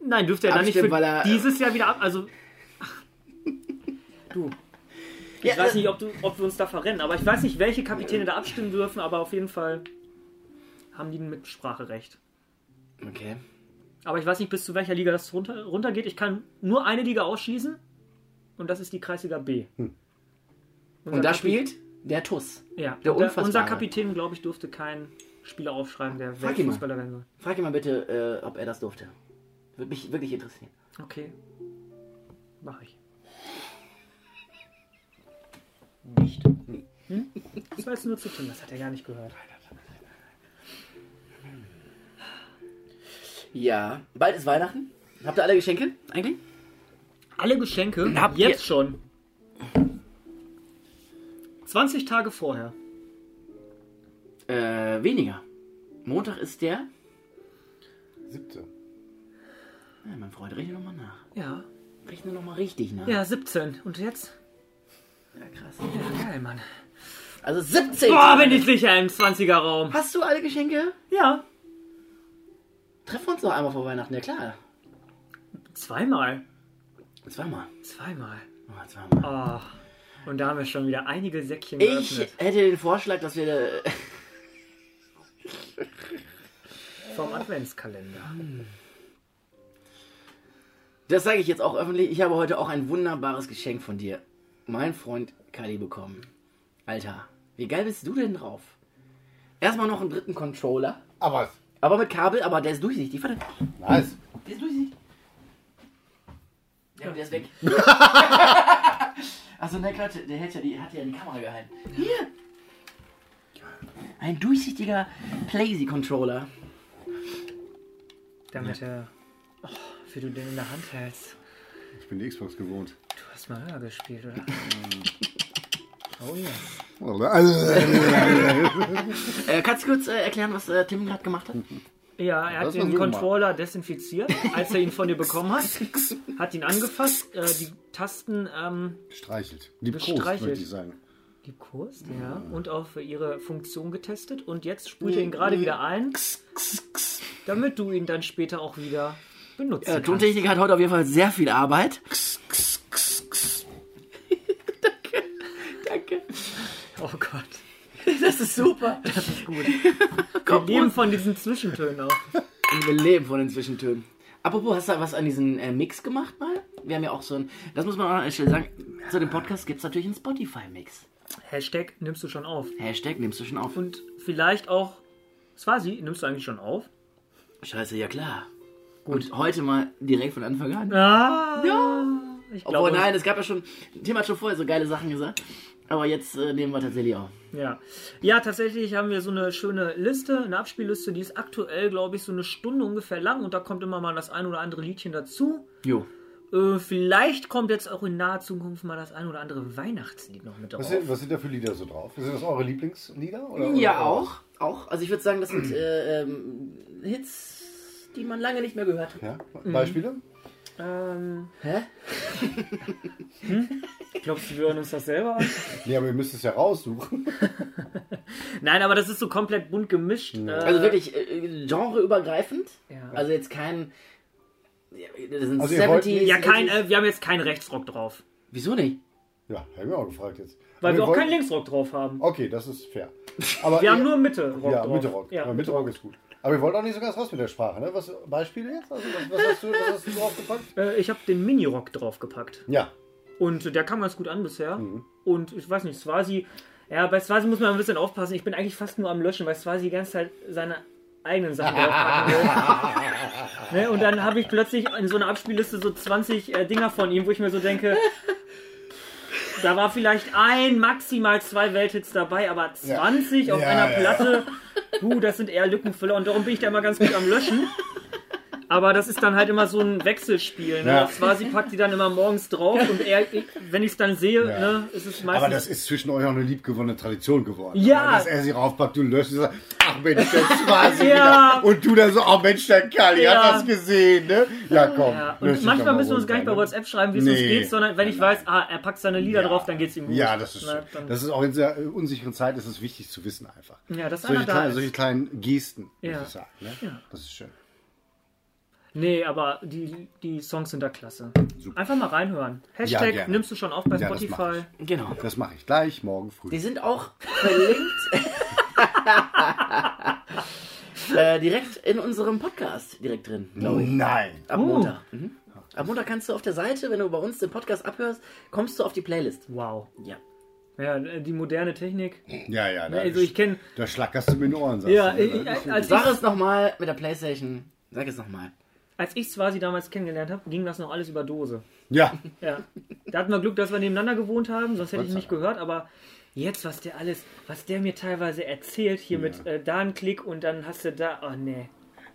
Speaker 2: Nein, dürfte er dann nicht
Speaker 1: Abstimmen,
Speaker 2: für
Speaker 1: weil er-
Speaker 2: dieses Jahr wieder ab. Also. Ach. Du. Ich
Speaker 1: Ja,
Speaker 2: weiß
Speaker 1: äh,
Speaker 2: nicht, ob, du, ob wir uns da verrennen, aber ich weiß nicht, welche Kapitäne da abstimmen dürfen, aber auf jeden Fall haben die ein Mitspracherecht.
Speaker 1: Okay.
Speaker 2: Aber ich weiß nicht, bis zu welcher Liga das runter, runtergeht. Ich kann nur eine Liga ausschließen und das ist die Kreisliga B. Unser
Speaker 1: Hm. Und da
Speaker 2: Kapi-
Speaker 1: spielt der Tuss.
Speaker 2: ja,
Speaker 1: der
Speaker 2: der unser,
Speaker 1: Unfassbare.
Speaker 2: unser Kapitän, glaube ich, durfte keinen Spieler aufschreiben, der
Speaker 1: Frag ihn mal.
Speaker 2: Weltfußballer werden soll.
Speaker 1: Frag ihn mal bitte, äh, ob er das durfte. Würde mich wirklich interessieren.
Speaker 2: Okay, mache ich.
Speaker 1: Nicht.
Speaker 2: Hm? Das war jetzt nur zu tun, das hat er gar nicht gehört.
Speaker 1: Ja. Bald ist Weihnachten. Habt ihr alle Geschenke eigentlich?
Speaker 2: Alle Geschenke
Speaker 1: Habt ihr-
Speaker 2: jetzt schon. 20 Tage vorher.
Speaker 1: Äh, weniger. Montag ist der.
Speaker 5: Siebte.
Speaker 1: Ja, mein Freund, rechne nochmal nach.
Speaker 2: Ja.
Speaker 1: Rechne nochmal richtig nach.
Speaker 2: Ja, 17. Und jetzt?
Speaker 1: Ja, krass.
Speaker 2: Geil, Mann.
Speaker 1: Also 17.
Speaker 2: Boah, bin ich sicher im 20er Raum.
Speaker 1: Hast du alle Geschenke?
Speaker 2: Ja.
Speaker 1: Treffen wir uns noch einmal vor Weihnachten, ja klar.
Speaker 2: Zweimal.
Speaker 1: Zweimal.
Speaker 2: Zweimal.
Speaker 1: Oh, zweimal.
Speaker 2: Oh. Und da haben wir schon wieder einige Säckchen
Speaker 1: Ich
Speaker 2: geöffnet.
Speaker 1: hätte den Vorschlag, dass wir. äh,
Speaker 2: Vom Adventskalender.
Speaker 1: <laughs> Das sage ich jetzt auch öffentlich. Ich habe heute auch ein wunderbares Geschenk von dir. Mein Freund Kali bekommen. Alter, wie geil bist du denn drauf? Erstmal noch einen dritten Controller.
Speaker 4: Ah,
Speaker 5: Aber
Speaker 1: Aber mit Kabel, aber der ist durchsichtig. Warte,
Speaker 5: nice.
Speaker 1: der ist durchsichtig. Ja, und der ist weg. Achso, na klar, der hält ja die, hat ja die Kamera gehalten. Hier! Ein durchsichtiger Playsy-Controller.
Speaker 2: Damit er. Oh, wie du den in der Hand hältst.
Speaker 5: Ich bin die Xbox gewohnt.
Speaker 2: Du hast mal höher gespielt, oder? oh ja.
Speaker 1: Äh, kannst du kurz äh, erklären, was äh, Tim gerade gemacht hat?
Speaker 2: Ja, er hat
Speaker 5: Das versuchen
Speaker 2: den
Speaker 5: wir.
Speaker 2: Controller desinfiziert, als er ihn von dir bekommen hat. <laughs> Hat ihn angefasst, äh, die Tasten ähm,
Speaker 5: Streichelt. Die Prost,
Speaker 2: Gestreichelt.
Speaker 5: möchte ich sagen.
Speaker 2: gekurst ja,
Speaker 4: Mhm.
Speaker 2: und auf ihre Funktion getestet. Und jetzt sprüht er ihn gerade wieder ein, damit du ihn dann später auch wieder benutzen
Speaker 1: Äh,
Speaker 2: kannst.
Speaker 1: <laughs> Tontechnik hat heute auf jeden Fall sehr viel Arbeit.
Speaker 2: Oh
Speaker 1: ist super. Das ist gut. Komm,
Speaker 2: Leben von diesen Zwischentönen auch.
Speaker 1: Und wir leben von den Zwischentönen. Apropos, hast du was an diesen äh, Mix gemacht mal? Wir haben ja auch so ein, das muss man auch an der Stelle sagen, zu dem Podcast gibt es natürlich einen Spotify-Mix.
Speaker 2: Hashtag nimmst du schon auf.
Speaker 1: Hashtag nimmst du schon auf.
Speaker 2: Und vielleicht auch, Swazi, nimmst du eigentlich schon auf?
Speaker 1: Scheiße, ja klar. Gut, Und heute mal direkt von Anfang an.
Speaker 2: Ah,
Speaker 1: Ja.
Speaker 2: ich glaube,
Speaker 1: Obwohl, nein, es gab ja schon, Tim hat schon vorher so geile Sachen gesagt. Aber jetzt äh, nehmen wir tatsächlich auf.
Speaker 2: Ja. ja, tatsächlich haben wir so eine schöne Liste, eine Abspielliste, die ist aktuell, glaube ich, so eine Stunde ungefähr lang und da kommt immer mal das ein oder andere Liedchen dazu.
Speaker 1: Jo.
Speaker 2: Äh, vielleicht kommt jetzt auch in naher Zukunft mal das ein oder andere Weihnachtslied noch mit drauf.
Speaker 4: Was sind, was sind da für Lieder so drauf? Sind das eure Lieblingslieder? Oder,
Speaker 1: Ja,
Speaker 4: oder-
Speaker 1: auch. Auch. Also ich würde sagen, das sind äh, ähm, Hits, die man lange nicht mehr gehört hat.
Speaker 4: Ja?
Speaker 2: Mhm.
Speaker 4: Beispiele?
Speaker 2: Ähm, Hm?
Speaker 1: Hä?
Speaker 2: glaubst du, wir hören uns das selber an?
Speaker 4: Nee, aber ihr müsst es ja raussuchen.
Speaker 2: Nein, aber das ist so komplett bunt gemischt. Äh,
Speaker 1: Also wirklich äh, genreübergreifend.
Speaker 2: Ja.
Speaker 1: Also jetzt kein. Ja, Das sind
Speaker 4: Also ihr wollt
Speaker 1: 70s.
Speaker 4: nicht-
Speaker 2: Ja, kein, äh, wir haben jetzt keinen Rechtsrock drauf.
Speaker 1: Wieso nicht?
Speaker 4: Ja, hab ich mir auch gefragt jetzt.
Speaker 2: Weil
Speaker 4: Aber
Speaker 2: wir
Speaker 4: ihr
Speaker 2: auch
Speaker 4: wollt-
Speaker 2: keinen Linksrock drauf haben.
Speaker 4: Okay, das ist fair. Aber
Speaker 2: Wir
Speaker 4: ihr-
Speaker 2: haben nur Mitte-Rock
Speaker 4: Ja,
Speaker 2: drauf.
Speaker 4: Mittelrock. Ja.
Speaker 2: Ja.
Speaker 4: Mittelrock ist gut. Aber ihr wollt auch nicht so ganz raus mit der Sprache, ne? Was, Beispiele jetzt? Also, was, was hast du, was hast du draufgepackt?
Speaker 2: Äh, ich habe den Mini-Rock draufgepackt.
Speaker 4: Ja.
Speaker 2: Und der kam ganz gut an bisher.
Speaker 4: Mhm.
Speaker 2: Und ich weiß nicht, Swazi. Ja, bei Swazi muss man ein bisschen aufpassen. Ich bin eigentlich fast nur am Löschen, weil Swazi die ganze Zeit seine eigenen Sachen draufpacken
Speaker 4: <laughs>
Speaker 2: will. ne? Und dann habe ich plötzlich in so einer Abspielliste so 20 äh, Dinger von ihm, wo ich mir so denke. Da war vielleicht ein, maximal zwei Welthits dabei, aber 20 auf
Speaker 4: Ja,
Speaker 2: einer
Speaker 4: ja.
Speaker 2: Platte, puh, das sind eher Lückenfüller und darum bin ich da immer ganz gut am Löschen. Aber das ist dann halt immer so ein Wechselspiel. Ne?
Speaker 4: Ja.
Speaker 2: Quasi packt die dann immer morgens drauf und er, wenn ich es dann sehe,
Speaker 4: Ja.
Speaker 2: ne, ist es meistens.
Speaker 4: Aber das ist zwischen euch auch eine liebgewonnene Tradition geworden.
Speaker 2: Ja.
Speaker 4: Dass er sie raufpackt, du löscht und sagst, ach Mensch,
Speaker 2: <laughs>
Speaker 4: das war sie
Speaker 2: Ja.
Speaker 4: wieder. Und du dann so, ach Mensch, der Kali
Speaker 2: Ja.
Speaker 4: hat das gesehen, ne? Ja, komm.
Speaker 2: ja.
Speaker 4: lösch
Speaker 2: Und
Speaker 4: dich
Speaker 2: manchmal
Speaker 4: doch mal
Speaker 2: müssen wir uns
Speaker 4: runter,
Speaker 2: gar nicht bei
Speaker 4: ne?
Speaker 2: WhatsApp schreiben, wie es uns
Speaker 4: Nee.
Speaker 2: geht, sondern wenn ich weiß, ah, er packt seine Lieder drauf, dann geht's ihm gut.
Speaker 4: Ja, das ist
Speaker 2: Na,
Speaker 4: schön.
Speaker 2: dann-
Speaker 4: Das ist auch in dieser äh, unsicheren Zeit ist es wichtig zu wissen einfach.
Speaker 2: Ja, dass
Speaker 4: solche,
Speaker 2: einer da
Speaker 4: kleinen-
Speaker 2: ist.
Speaker 4: solche kleinen Gesten,
Speaker 2: Ja.
Speaker 4: muss ich sagen. Ne?
Speaker 2: Ja.
Speaker 4: Das ist schön.
Speaker 2: Nee, aber die, die Songs sind da klasse. Einfach mal reinhören. Hashtag
Speaker 4: gerne.
Speaker 2: nimmst du schon auf bei
Speaker 4: Ja, das mach
Speaker 2: Spotify.
Speaker 4: ich.
Speaker 1: Genau.
Speaker 4: Das mache ich gleich morgen früh.
Speaker 1: Die sind auch verlinkt. <laughs> äh, direkt in unserem Podcast direkt drin, glaube ich.
Speaker 4: Nein.
Speaker 1: Ab Montag. Mhm. Ab Montag kannst du auf der Seite, wenn du bei uns den Podcast abhörst, kommst du auf die Playlist.
Speaker 2: Wow.
Speaker 1: Ja.
Speaker 2: Ja, die moderne Technik.
Speaker 4: Ja, ja. Da,
Speaker 2: Also ich kenn-
Speaker 4: Da schlackerst du mir ne? in die Ohren, sagst
Speaker 2: Ja,
Speaker 4: du.
Speaker 2: ich, als ich
Speaker 1: Sag es nochmal mit der Playstation. Sag es nochmal.
Speaker 2: Als ich Swazi damals kennengelernt habe, ging das noch alles über Dose.
Speaker 4: Ja.
Speaker 2: Ja. Da hatten wir Glück, dass wir nebeneinander gewohnt haben, sonst hätte ich
Speaker 4: Gott sei
Speaker 2: nicht gehört, aber jetzt, was der alles, was der mir teilweise erzählt, hier mit äh, da einen Klick und dann hast du da. Oh nee.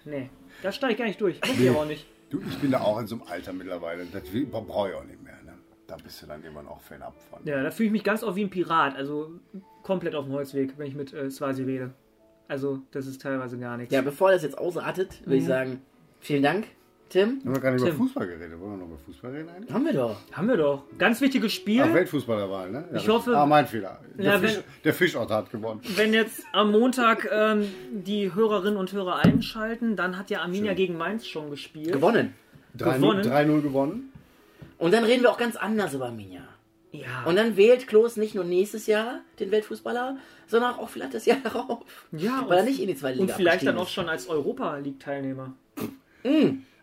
Speaker 2: Nee. Da steige ich gar nicht durch. Muss ich aber auch nicht.
Speaker 4: Du, ich bin da auch in so einem Alter mittlerweile. Das will- brauche ich auch nicht mehr. Ne? Da bist du dann irgendwann auch Fan ab von.
Speaker 2: Ja, da fühle ich mich ganz oft wie ein Pirat, also komplett auf dem Holzweg, wenn ich mit äh, Swazi rede. Also, das ist teilweise gar nichts.
Speaker 1: Ja, bevor das jetzt ausartet, würde ich sagen, vielen Dank, Tim.
Speaker 4: Haben wir gar nicht über
Speaker 2: Tim.
Speaker 4: Fußball geredet? Wollen wir noch über Fußball reden eigentlich?
Speaker 1: Haben wir doch.
Speaker 2: Haben wir doch. Ganz wichtiges Spiel.
Speaker 4: Ach, Weltfußballerwahl, ne? Ja, richtig.
Speaker 2: hoffe-
Speaker 4: Ah, mein Fehler. Der,
Speaker 2: Ja,
Speaker 4: Fisch,
Speaker 2: wenn-
Speaker 4: der Fischort hat gewonnen.
Speaker 2: Wenn jetzt am Montag ähm, die Hörerinnen und Hörer einschalten, dann hat ja Arminia gegen Mainz schon gespielt.
Speaker 1: Gewonnen.
Speaker 4: 3-0
Speaker 2: Gewonnen?
Speaker 4: 3-0 gewonnen.
Speaker 1: Und dann reden wir auch ganz anders über Minja.
Speaker 2: Ja.
Speaker 1: Und dann wählt Klos nicht nur nächstes Jahr den Weltfußballer, sondern auch vielleicht das Jahr <laughs> darauf.
Speaker 2: Ja,
Speaker 1: Weil er
Speaker 2: und-
Speaker 1: nicht in die zweite
Speaker 2: Und
Speaker 1: Liga
Speaker 2: vielleicht dann
Speaker 1: abgestiegen
Speaker 2: auch schon als Europa League
Speaker 4: <laughs>
Speaker 2: Teilnehmer.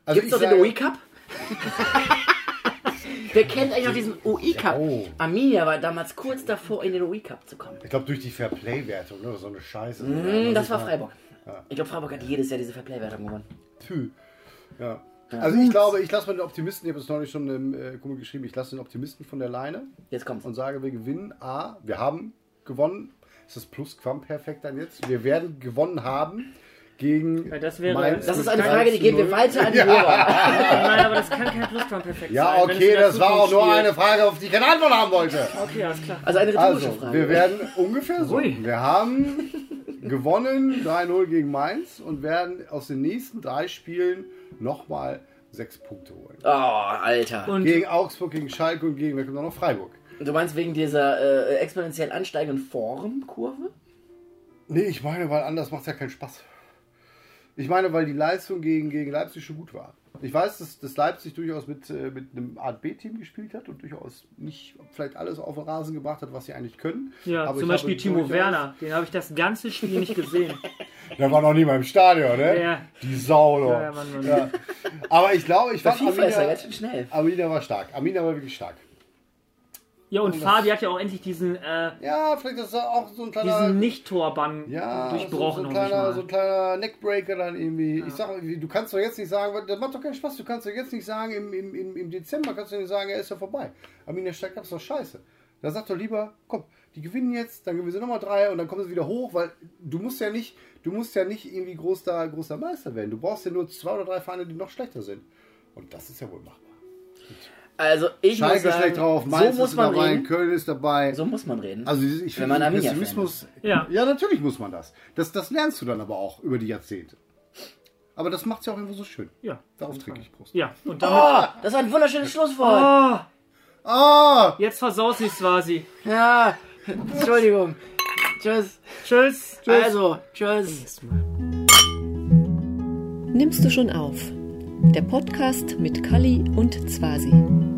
Speaker 4: Also
Speaker 1: Gibt's doch den
Speaker 4: sage-
Speaker 1: OE Cup? <laughs> Wer kennt eigentlich noch diesen OE Cup?
Speaker 4: oh.
Speaker 1: Arminia war damals kurz davor, in den OE Cup zu kommen.
Speaker 4: Ich glaube, durch die Fairplay-Wertung, ne? so eine Scheiße.
Speaker 1: Hm, das war Freiburg. Ich glaube, Freiburg hat jedes Jahr diese Fairplay-Wertung gewonnen.
Speaker 4: Tü. Ja. Also ich glaube, ich lasse mal den Optimisten, ich habe es neulich schon im äh, Kumpel geschrieben, ich lasse den Optimisten von der Leine
Speaker 1: Jetzt kommt's.
Speaker 4: und sage, wir gewinnen. A, wir haben gewonnen. Ist das Plusquamperfekt dann jetzt? Wir werden gewonnen haben gegen
Speaker 2: Ja, das wäre-
Speaker 4: Mainz
Speaker 1: Das
Speaker 4: mit
Speaker 1: ist eine Frage, die
Speaker 4: 3 zu
Speaker 1: geben wir
Speaker 4: 0.
Speaker 1: weiter an die Hörer.
Speaker 2: Nein, aber das kann kein Plusquamperfekt
Speaker 4: Ja,
Speaker 2: sein. wenn es
Speaker 4: okay,
Speaker 2: in der
Speaker 4: das war auch
Speaker 2: Zukunft
Speaker 4: nur eine
Speaker 2: spielt.
Speaker 4: Frage, auf die ich keine Antwort haben wollte.
Speaker 2: Okay, alles klar.
Speaker 1: Also eine rhetorische
Speaker 4: Also,
Speaker 1: Frage.
Speaker 4: wir werden ungefähr so.
Speaker 2: Ui.
Speaker 4: Wir haben gewonnen 3-0 gegen Mainz und werden aus den nächsten drei Spielen nochmal sechs Punkte holen.
Speaker 1: oh, Alter.
Speaker 2: Und
Speaker 4: Gegen Augsburg, gegen Schalke und gegen, wer kommt noch? Freiburg.
Speaker 1: Du meinst wegen dieser äh, exponentiell ansteigenden Formkurve?
Speaker 4: Nee, ich meine, weil anders macht es ja keinen Spaß. Ich meine, weil die Leistung gegen, gegen Leipzig schon gut war. Ich weiß, dass, dass Leipzig durchaus mit, äh, mit einem Art B-Team gespielt hat und durchaus nicht vielleicht alles auf den Rasen gebracht hat, was sie eigentlich können.
Speaker 2: Ja,
Speaker 4: Aber
Speaker 2: zum
Speaker 4: ich habe
Speaker 2: Beispiel Timo
Speaker 4: durchaus-
Speaker 2: Werner. Den habe ich das ganze Spiel nicht
Speaker 4: <laughs>
Speaker 2: gesehen.
Speaker 4: Der war noch nie mal im Stadion, ne?
Speaker 2: Ja.
Speaker 4: Die Sau,
Speaker 2: Ja, ja,
Speaker 4: ja,
Speaker 2: Mann, Mann.
Speaker 4: ja. Aber ich glaube, ich
Speaker 1: Der
Speaker 4: fand
Speaker 1: FIFA ist ja
Speaker 4: Amina,
Speaker 1: ganz schön schnell.
Speaker 4: Amina war stark. Amina war wirklich stark.
Speaker 2: Ja, und Fabi hat ja auch endlich diesen, äh,
Speaker 4: Ja, vielleicht ist das auch so ein kleiner.
Speaker 2: diesen Nicht-Torbann
Speaker 4: ja,
Speaker 2: durchbrochen.
Speaker 4: so, so, ein
Speaker 2: noch nicht
Speaker 4: kleiner,
Speaker 2: mal.
Speaker 4: so ein kleiner Neckbreaker dann irgendwie. Ich sag, du kannst doch jetzt nicht sagen, weil das macht doch keinen Spaß. Du kannst doch jetzt nicht sagen, im, im, im, im Dezember kannst du nicht sagen, er ist ja vorbei. Amina steigt ab, ist doch scheiße. Da sagt doch lieber, komm, die gewinnen jetzt, dann gewinnen sie nochmal drei und dann kommen sie wieder hoch, weil du musst ja nicht, du musst ja nicht irgendwie groß da, großer Meister werden. Du brauchst ja nur zwei oder drei Vereine, die noch schlechter sind. Und das ist ja wohl machbar.
Speaker 1: Also ich muss
Speaker 4: Schalke
Speaker 1: sagen,
Speaker 4: schlägt drauf,
Speaker 1: so
Speaker 4: Mainz
Speaker 1: muss
Speaker 4: ist
Speaker 1: man
Speaker 4: dabei,
Speaker 1: reden.
Speaker 4: Köln ist dabei.
Speaker 1: So muss man reden.
Speaker 4: Also dieses- ich
Speaker 1: Wenn
Speaker 4: finde,
Speaker 1: man Arminia-Fan
Speaker 4: Pessimismus.
Speaker 2: Ja.
Speaker 4: ja, natürlich muss man das. das. Das lernst du dann aber auch über die Jahrzehnte. Aber das macht es ja auch irgendwo so schön.
Speaker 2: Ja.
Speaker 4: Darauf trinke ich Oh! Prost.
Speaker 2: Ja, und damit.
Speaker 1: Ah, das war ein wunderschönes Schlusswort.
Speaker 2: Oh,
Speaker 4: Ah!
Speaker 2: jetzt versaut sie's quasi.
Speaker 4: Oh.
Speaker 1: Ja, Entschuldigung. Tschüss.
Speaker 2: Tschüss.
Speaker 1: Also, tschüss.
Speaker 3: Nimmst du schon auf? Der Podcast mit Kalli und Zwasi.